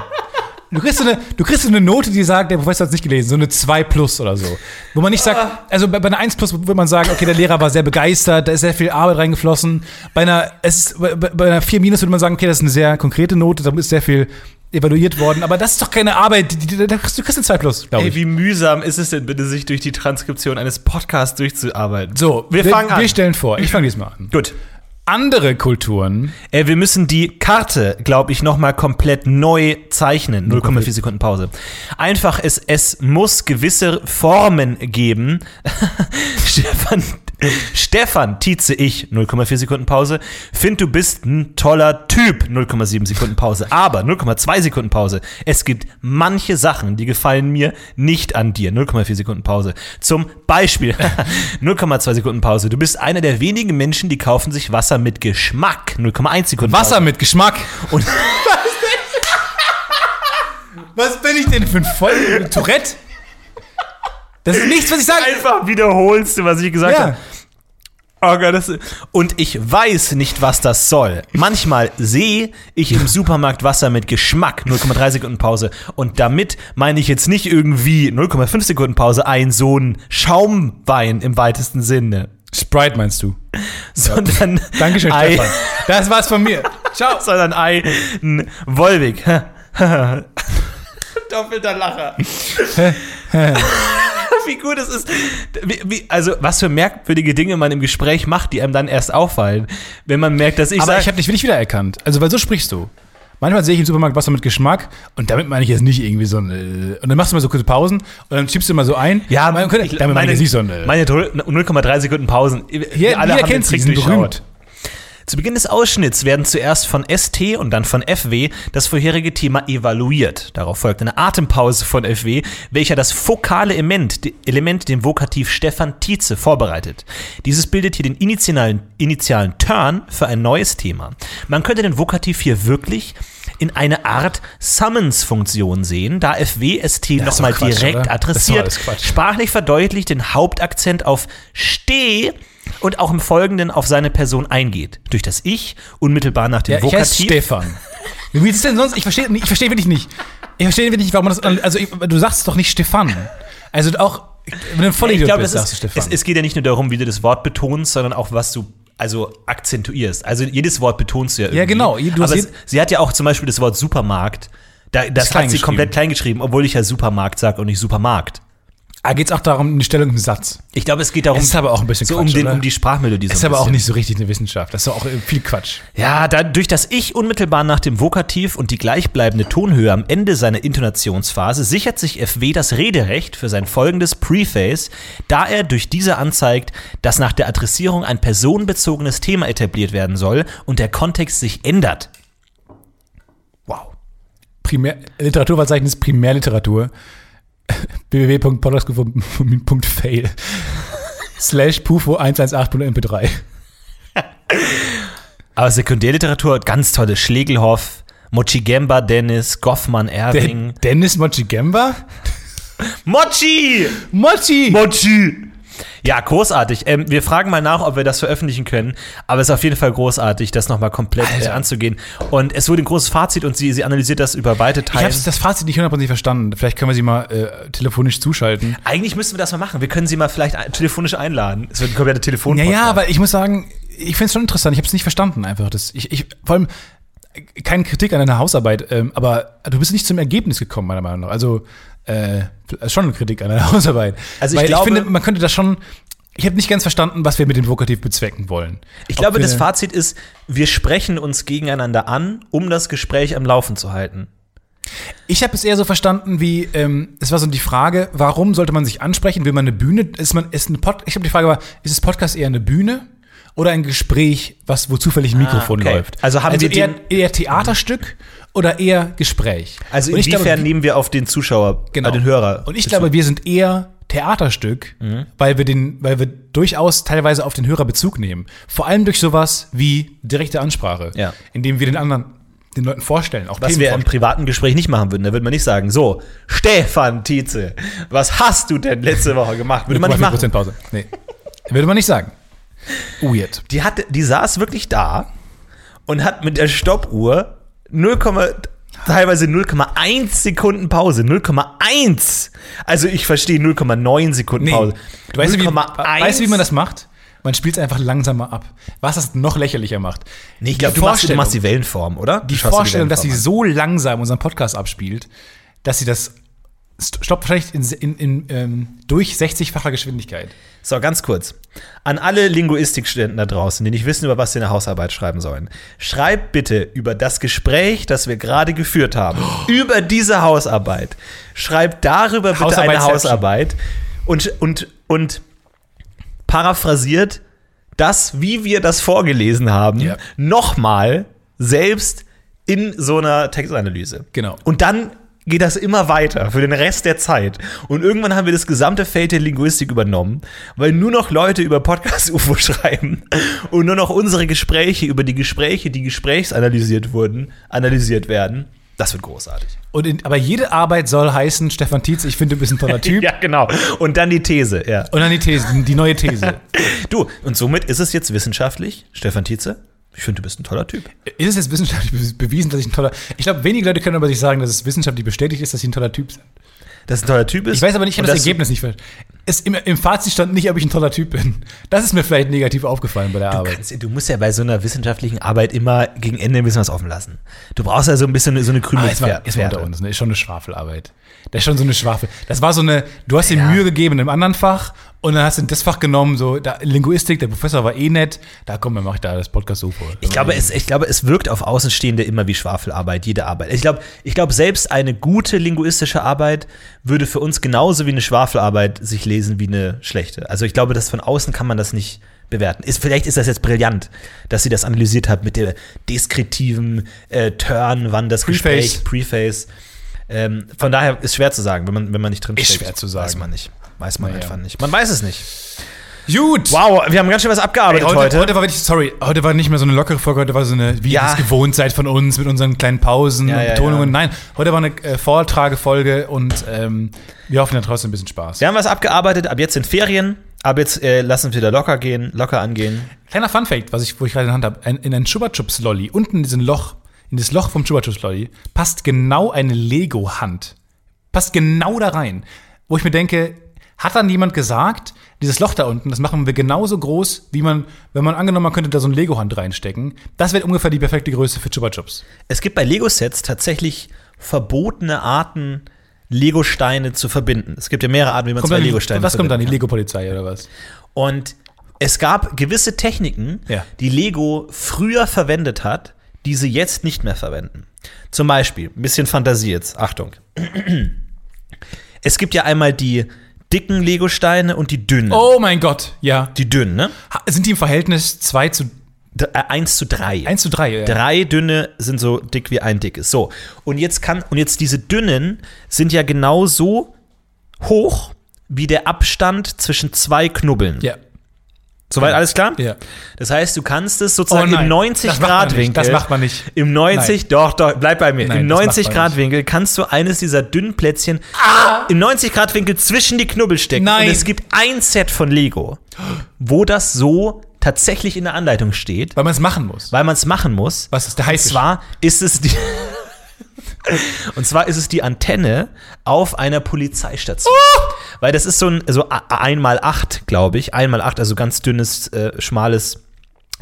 S1: Du kriegst, so eine, du kriegst so eine Note, die sagt, der Professor hat es nicht gelesen, so eine 2 plus oder so. Wo man nicht sagt, also bei, bei einer 1 plus würde man sagen, okay, der Lehrer war sehr begeistert, da ist sehr viel Arbeit reingeflossen. Bei einer, es ist, bei, bei bei einer 4 minus würde man sagen, okay, das ist eine sehr konkrete Note, da ist sehr viel evaluiert worden, aber das ist doch keine Arbeit, die, die, da kriegst du kriegst eine 2 plus, glaube
S2: Ey,
S1: ich.
S2: wie mühsam ist es denn bitte, sich durch die Transkription eines Podcasts durchzuarbeiten?
S1: So,
S2: wir fangen an.
S1: Wir stellen vor, ich fange diesmal an.
S2: Gut.
S1: Andere Kulturen
S2: Äh, wir müssen die Karte, glaube ich, noch mal komplett neu zeichnen. 0,4 Sekunden Pause. Einfach, es, es muss gewisse Formen geben. Stefan, Stefan Tietze, ich, 0,4 Sekunden Pause. Find, du bist ein toller Typ, 0,7 Sekunden Pause. Aber, 0,2 Sekunden Pause. Es gibt manche Sachen, die gefallen mir nicht an dir, 0,4 Sekunden Pause. Zum Beispiel, 0,2 Sekunden Pause. Du bist einer der wenigen Menschen, die kaufen sich Wasser mit Geschmack, 0,1 Sekunden
S1: Wasser
S2: Pause.
S1: mit Geschmack.
S2: Und-
S1: was bin ich denn für ein Voll Tourette? Das ist nichts, was ich sage.
S2: Einfach wiederholst du, was ich gesagt habe.
S1: Ja.
S2: Oh Gott, das und ich weiß nicht, was das soll. Manchmal sehe ich im Supermarkt Wasser mit Geschmack, 0,3 Sekunden Pause. Und damit meine ich jetzt nicht irgendwie 0,5 Sekunden Pause ein so ein Schaumwein im weitesten Sinne,
S1: Sprite meinst du?
S2: sondern
S1: Dankeschön,
S2: ein,
S1: Stefan. Das war's von mir. Ciao.
S2: sondern ein Wolwig. Doppelter Lacher. wie gut es ist. Wie, wie, also, was für merkwürdige Dinge man im Gespräch macht, die einem dann erst auffallen, wenn man merkt, dass ich
S1: Aber
S2: sag-
S1: ich habe dich wirklich wiedererkannt. Also, weil so sprichst du. Manchmal sehe ich im Supermarkt Wasser mit Geschmack und damit meine ich jetzt nicht irgendwie so ein. äh, Und dann machst du mal so kurze Pausen und dann schiebst du mal so ein.
S2: Ja,
S1: man könnte,
S2: ich-
S1: damit meine ich jetzt nicht so ein. äh,
S2: meine 0,3 Sekunden Pausen. Wir
S1: Hier, jeder
S2: den
S1: kennt sie,
S2: Trick
S1: sie sind
S2: durchschaut.
S1: berühmt.
S2: Zu Beginn des Ausschnitts werden zuerst von ST und dann von FW das vorherige Thema evaluiert. Darauf folgt eine Atempause von FW, welcher das fokale Element, Element dem Vokativ Stefan Tietze vorbereitet. Dieses bildet hier den initialen, initialen Turn für ein neues Thema. Man könnte den Vokativ hier wirklich in eine Art Summons-Funktion sehen, da FW ST
S1: ist doch
S2: nochmal
S1: Quatsch,
S2: direkt
S1: oder?
S2: adressiert.
S1: Das ist doch alles Quatsch.
S2: Sprachlich verdeutlicht den Hauptakzent auf steh und auch im Folgenden auf seine Person eingeht. Durch das Ich, unmittelbar nach dem
S1: Ja, ich heiße
S2: Vokativ.
S1: Stefan. Wie ist es denn sonst? Ich verstehe ich versteh wirklich nicht. Ich verstehe wirklich nicht, warum man das. Also, ich, du sagst doch nicht Stefan. Also, auch wenn du ein
S2: ich
S1: Vollidiot
S2: glaube, es,
S1: bist, sagst du
S2: ist- es,
S1: Stefan.
S2: es geht ja nicht nur darum, wie du das Wort betonst, sondern auch, was du also akzentuierst. Also jedes Wort betonst du ja irgendwie.
S1: genau. Du
S2: Aber
S1: hast
S2: es,
S1: jed-
S2: sie hat ja auch zum Beispiel das Wort Supermarkt. Da, das
S1: Ist
S2: hat sie
S1: kleingeschrieben.
S2: komplett klein geschrieben, obwohl ich ja Supermarkt sage und nicht Supermarkt.
S1: Da geht es Ah, auch darum, eine Stellung im Satz.
S2: Ich glaube, es geht darum,
S1: Es ist aber auch ein bisschen
S2: so um,
S1: Quatsch,
S2: den,
S1: oder?
S2: um die Sprachmelodie.
S1: Das ist
S2: so ein
S1: aber auch
S2: bisschen.
S1: nicht so richtig eine Wissenschaft. Das ist doch auch äh, viel Quatsch.
S2: Ja, da, durch das Ich unmittelbar nach dem Vokativ und die gleichbleibende Tonhöhe am Ende seiner Intonationsphase sichert sich FW das Rederecht für sein folgendes Preface, da er durch diese anzeigt, dass nach der Adressierung ein personenbezogenes Thema etabliert werden soll und der Kontext sich ändert. Wow.
S1: Primär, Literaturverzeichnis Primärliteratur. www.podcastgefunden.fail slash pufo 118.mp3.
S2: Aber Sekundärliteratur, ganz tolle. Schlegelhoff, Mochigemba Dennis, Goffmann
S1: Der
S2: Erwing.
S1: Dennis Mochigemba?
S2: Mochi!
S1: Mochi!
S2: Mochi! Ja, großartig. Ähm, wir fragen mal nach, ob wir das veröffentlichen können. Aber es ist auf jeden Fall großartig, das nochmal komplett äh,
S1: Alter.
S2: anzugehen. Und es wurde ein großes Fazit und sie, sie analysiert das über weite
S1: ich
S2: Teile.
S1: habe das Fazit nicht hundertprozentig verstanden. Vielleicht können wir sie mal äh, telefonisch zuschalten.
S2: Eigentlich müssten wir das mal machen. Wir können sie mal vielleicht ein- telefonisch einladen. Es wird ein kompletter Telefon.
S1: Ja, ja, aber ich muss sagen, ich finde es schon interessant. Ich habe es nicht verstanden einfach. Das, ich, ich, vor allem, äh, keine Kritik an deiner Hausarbeit, ähm, aber du bist nicht zum Ergebnis gekommen, meiner Meinung nach. Also, äh, schon eine Kritik an deiner Hausarbeit.
S2: Also ich
S1: Weil
S2: glaube-
S1: ich finde, man könnte das schon ich habe nicht ganz verstanden, was wir mit dem Vokativ bezwecken wollen.
S2: Ich
S1: Ob
S2: glaube,
S1: wir-
S2: das Fazit ist, wir sprechen uns gegeneinander an, um das Gespräch am Laufen zu halten.
S1: Ich habe es eher so verstanden, wie ähm, es war so die Frage, warum sollte man sich ansprechen? Will man eine Bühne? Ist man ist ein Pod Ich habe die Frage war, ist das Podcast eher eine Bühne oder ein Gespräch, was wo zufällig ein Mikrofon
S2: Ah, okay.
S1: läuft?
S2: Also haben wir
S1: eher,
S2: den-
S1: eher Theaterstück oder eher Gespräch?
S2: Also
S1: Und ich
S2: inwiefern
S1: glaube,
S2: nehmen wir auf den Zuschauer,
S1: genau.
S2: äh, den Hörer? Mhm.
S1: Und ich glaube, wir sind eher Theaterstück, weil wir den, weil wir durchaus teilweise auf den Hörer Bezug nehmen. Vor allem durch sowas wie direkte Ansprache,
S2: Ja.
S1: indem wir den anderen den Leuten vorstellen, auch
S2: Was
S1: Themen
S2: wir im
S1: vorstellen.
S2: privaten Gespräch nicht machen würden, da würde man nicht sagen, so, Stefan Tietze, was hast du denn letzte Woche gemacht? Würde man nicht machen.
S1: 0,4% Pause. Nee. Würde man nicht sagen. Weird.
S2: Die, hat, die saß wirklich da und hat mit der Stoppuhr 0, teilweise 0,1 Sekunden Pause. 0,1! Also ich verstehe 0,9 Sekunden Pause.
S1: Du weißt, du, wie,
S2: 0,1?
S1: weißt du, wie man das macht? Man spielt es einfach langsamer ab. Was das noch lächerlicher macht.
S2: Nee, ich glaube, du, machst- du machst die Wellenform, oder?
S1: die Vorstellung, dass sie so langsam unseren Podcast abspielt, dass sie das st- stoppt vielleicht in, in, in ähm, durch 60-facher Geschwindigkeit.
S2: So, ganz kurz. An alle Linguistikstudenten da draußen, die nicht wissen, über was sie eine Hausarbeit schreiben sollen. Schreibt bitte über das Gespräch, das wir gerade geführt haben. Über diese Hausarbeit. Schreibt darüber bitte eine
S1: Hausarbeitssection.
S2: Hausarbeit. Und, und, und paraphrasiert das, wie wir das vorgelesen haben,
S1: Ja.
S2: nochmal selbst in so einer Textanalyse.
S1: Genau.
S2: Und dann geht das immer weiter für den Rest der Zeit. Und irgendwann haben wir das gesamte Feld der Linguistik übernommen, weil nur noch Leute über Podcast-UFO schreiben und nur noch unsere Gespräche über die Gespräche, die gesprächsanalysiert wurden, analysiert werden. Das wird großartig.
S1: Und in, aber jede Arbeit soll heißen, Stefan Tietz, ich finde, du bist ein toller Typ.
S2: Ja, genau. Und dann die These, ja.
S1: Und dann die These, die neue These.
S2: Du, und somit ist es jetzt wissenschaftlich, Stefan Tietze, ich finde, du bist ein toller Typ.
S1: ist es jetzt wissenschaftlich be- bewiesen, dass ich ein toller. Ich glaube, wenige Leute können über sich sagen, dass es wissenschaftlich bestätigt ist, dass sie ein toller Typ sind.
S2: Dass du ein toller Typ ist.
S1: Ich weiß aber nicht, ich habe
S2: und
S1: das,
S2: dass du-
S1: Ergebnis nicht ver- es, im, Im Fazit stand nicht, ob ich ein toller Typ bin. Das ist mir vielleicht negativ aufgefallen bei der Arbeit.
S2: Kannst, du musst ja bei so einer wissenschaftlichen Arbeit immer gegen Ende ein bisschen was offen lassen. Du brauchst ja so ein bisschen so eine
S1: Ah,
S2: Krümelpferde.
S1: jetzt mal, jetzt mal unter uns, ne? Ist schon eine Schwafelarbeit. Das ist schon so eine Schwafel. Das war so eine, du hast dir
S2: Ja.
S1: Mühe gegeben in einem anderen Fach und dann hast du das Fach genommen, so da, Linguistik, der Professor war eh nett, da komm, dann mach ich da das Podcast super.
S2: Ich glaube, es, ich glaube, es wirkt auf Außenstehende immer wie Schwafelarbeit, jede Arbeit. Ich glaube, ich glaube, selbst eine gute linguistische Arbeit würde für uns genauso wie eine Schwafelarbeit sich lesen wie eine schlechte. Also ich glaube, dass von außen kann man das nicht bewerten. Ist, vielleicht ist das jetzt brillant, dass sie das analysiert hat mit der deskriptiven äh, Turn, wann das
S1: Preface.
S2: Gespräch, Preface. Ähm, von daher ist schwer zu sagen, wenn man, wenn man nicht drin
S1: Ist schwer zu sagen.
S2: Weiß man nicht. Weiß man
S1: Naja.
S2: einfach nicht. Man weiß es nicht.
S1: Gut!
S2: Wow, wir haben ganz schön was
S1: Ey,
S2: abgearbeitet
S1: heute, heute. war wirklich, sorry, heute war nicht mehr so eine lockere Folge, heute war so eine, wie
S2: Ja.
S1: ihr es gewohnt seid von uns, mit unseren kleinen Pausen
S2: Ja,
S1: und
S2: ja,
S1: Betonungen.
S2: ja.
S1: Nein, heute war eine äh, Vortragefolge und ähm, wir hoffen, ihr habt trotzdem ein bisschen Spaß.
S2: Wir haben was abgearbeitet, ab jetzt sind Ferien, ab jetzt äh, lassen wir wieder locker gehen, locker angehen.
S1: Kleiner Funfact, was ich, wo ich gerade in der Hand habe, ein, in ein Chupa Chups Lolli, unten in diesem Loch, in das Loch vom Chupa Chups Lolli, passt genau eine Lego-Hand. Passt genau da rein. Wo ich mir denke, hat dann jemand gesagt, dieses Loch da unten, das machen wir genauso groß, wie man, wenn man angenommen, man könnte da so eine Lego-Hand reinstecken. Das wäre ungefähr die perfekte Größe für Chupa Chups.
S2: Es gibt bei Lego-Sets tatsächlich verbotene Arten, Lego-Steine zu verbinden. Es gibt ja mehrere Arten, wie man zwei
S1: dann die-
S2: Lego-Steine
S1: was kommt dann, die
S2: verbinden
S1: Lego-Polizei oder was?
S2: kann. Und es gab gewisse Techniken,
S1: Ja.
S2: die Lego früher verwendet hat, die sie jetzt nicht mehr verwenden. Zum Beispiel, ein bisschen Fantasie jetzt, Achtung. Es gibt ja einmal die dicken Lego-Steine und die dünnen.
S1: Oh mein Gott, ja.
S2: Die dünnen, ne?
S1: Ha- Sind die im Verhältnis 2 zu
S2: 1 zu 3.
S1: 1 zu 3? Ja.
S2: Drei dünne sind so dick wie ein dickes. So. Und jetzt kann, und jetzt diese dünnen sind ja genauso hoch wie der Abstand zwischen zwei Knubbeln.
S1: ja.
S2: Soweit alles klar?
S1: Ja.
S2: Das heißt, du kannst es
S1: Oh
S2: sozusagen
S1: nein,
S2: im
S1: das macht man nicht,
S2: 90-Grad-Winkel.
S1: das macht man nicht.
S2: Im 90, doch, doch, bleib bei mir.
S1: Nein,
S2: Im
S1: das macht man Ah!
S2: 90-Grad-Winkel kannst du eines dieser dünnen Plätzchen im 90-Grad-Winkel zwischen die Knubbel stecken.
S1: Nein.
S2: Und es gibt ein Set von Lego, wo das so tatsächlich in der Anleitung steht,
S1: Weil man es machen muss.
S2: weil man es machen muss.
S1: Was ist der
S2: Und
S1: heiße
S2: zwar ist es die. Und zwar ist es die Antenne auf einer Polizeistation.
S1: Oh!
S2: Weil das ist so ein so a- einmal acht, glaube ich, einmal acht, also ganz dünnes, äh, schmales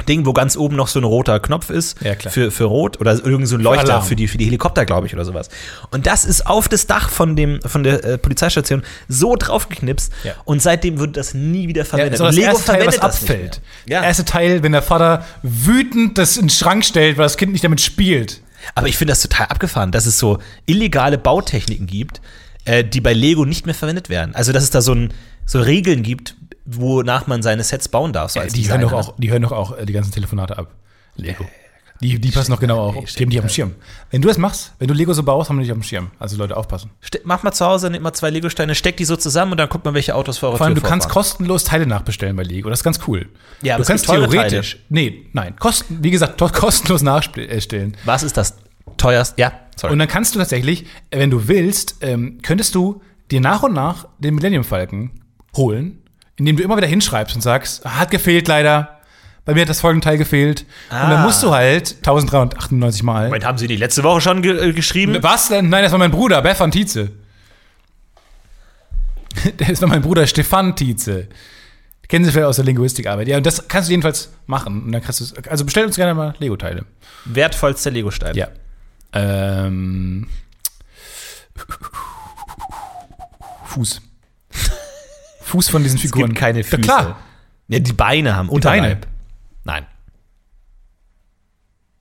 S2: Ding, wo ganz oben noch so ein roter Knopf ist
S1: Ja, klar.
S2: für für rot oder irgend so ein Leuchter
S1: Alarm.
S2: für die für die Helikopter, glaube ich, oder sowas. Und das ist auf das Dach von dem von der äh, Polizeistation so draufgeknipst
S1: Ja.
S2: und seitdem wird das nie wieder
S1: Ja,
S2: verwendet.
S1: so das
S2: Und
S1: erste Teil, was
S2: das nicht
S1: abfällt.
S2: mehr.
S1: Der
S2: Ja.
S1: erste Teil, wenn der Vater wütend das in den Schrank stellt, weil das Kind nicht damit spielt.
S2: Aber ich finde das total abgefahren, dass es so illegale Bautechniken gibt, äh, die bei Lego nicht mehr verwendet werden. Also, dass es da so, ein, so Regeln gibt, wonach man seine Sets bauen darf. So als
S1: Die hören, doch
S2: Designer.
S1: auch, die hören doch auch äh, die ganzen Telefonate ab. Lego. Die, die passen noch genau auf. Die haben die auf dem Schirm. Wenn du das machst, wenn du Lego so baust, haben die dich auf dem Schirm. Also Leute, aufpassen.
S2: Ste mach mal zu Hause, nimm mal zwei Lego-Steine, steck die so zusammen und dann guckt man, welche Autos vor eurer
S1: Vor allem,
S2: Tür
S1: du kannst
S2: vorfahren.
S1: kostenlos Teile nachbestellen bei Lego. Das ist ganz cool.
S2: Ja, aber
S1: du
S2: es
S1: kannst
S2: gibt teure
S1: theoretisch. Nee, nein. Kosten, wie gesagt, to- kostenlos nachstellen.
S2: Was ist das teuerste? Ja, sorry.
S1: Und dann kannst du tatsächlich, äh, wenn du willst, ähm, könntest du dir nach und nach den Millennium Falcon holen, indem du immer wieder hinschreibst und sagst, hat "Ah, gefehlt leider, bei mir hat das folgende Teil gefehlt. Und dann
S2: Ah.
S1: musst du halt 1398 Mal.
S2: Moment, haben Sie die letzte Woche schon ge äh, geschrieben?
S1: Was denn? Nein, das war mein Bruder, Befan Tietze. Das war mein Bruder Stefan Tietze. Kennen Sie vielleicht aus der Linguistikarbeit. Ja, und das kannst du jedenfalls machen. Und dann kriegst du's- also bestell uns gerne mal Lego-Teile.
S2: Wertvollster Lego-Stein.
S1: Ja. Ähm. Fuß. Fuß von diesen
S2: Es gibt
S1: Figuren.
S2: keine Füße.
S1: Ja, klar.
S2: Ja, die Beine haben. Unterleib. Nein.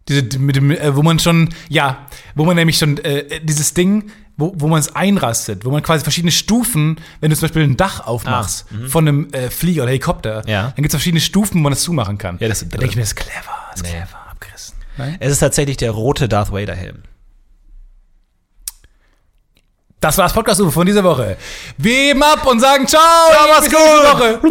S1: Diese, die- mit dem, äh, wo man schon, ja, wo man nämlich schon äh, dieses Ding, wo, wo man es einrastet, wo man quasi verschiedene Stufen, wenn du zum Beispiel ein Dach aufmachst von einem äh, Flieger oder Helikopter,
S2: Ah, mhm. Ja.
S1: dann gibt es verschiedene Stufen, wo man das zumachen kann.
S2: Ja, das-
S1: da denke ich mir, das ist clever, das ist
S2: Nee.
S1: clever, abgerissen. Äh,
S2: Es ist tatsächlich der rote Darth Vader-Helm.
S1: Das war's Podcast Uwe von dieser Woche. Wir heben ab und sagen Ciao,
S2: Ja,
S1: bis
S2: mach's
S1: nächste Woche.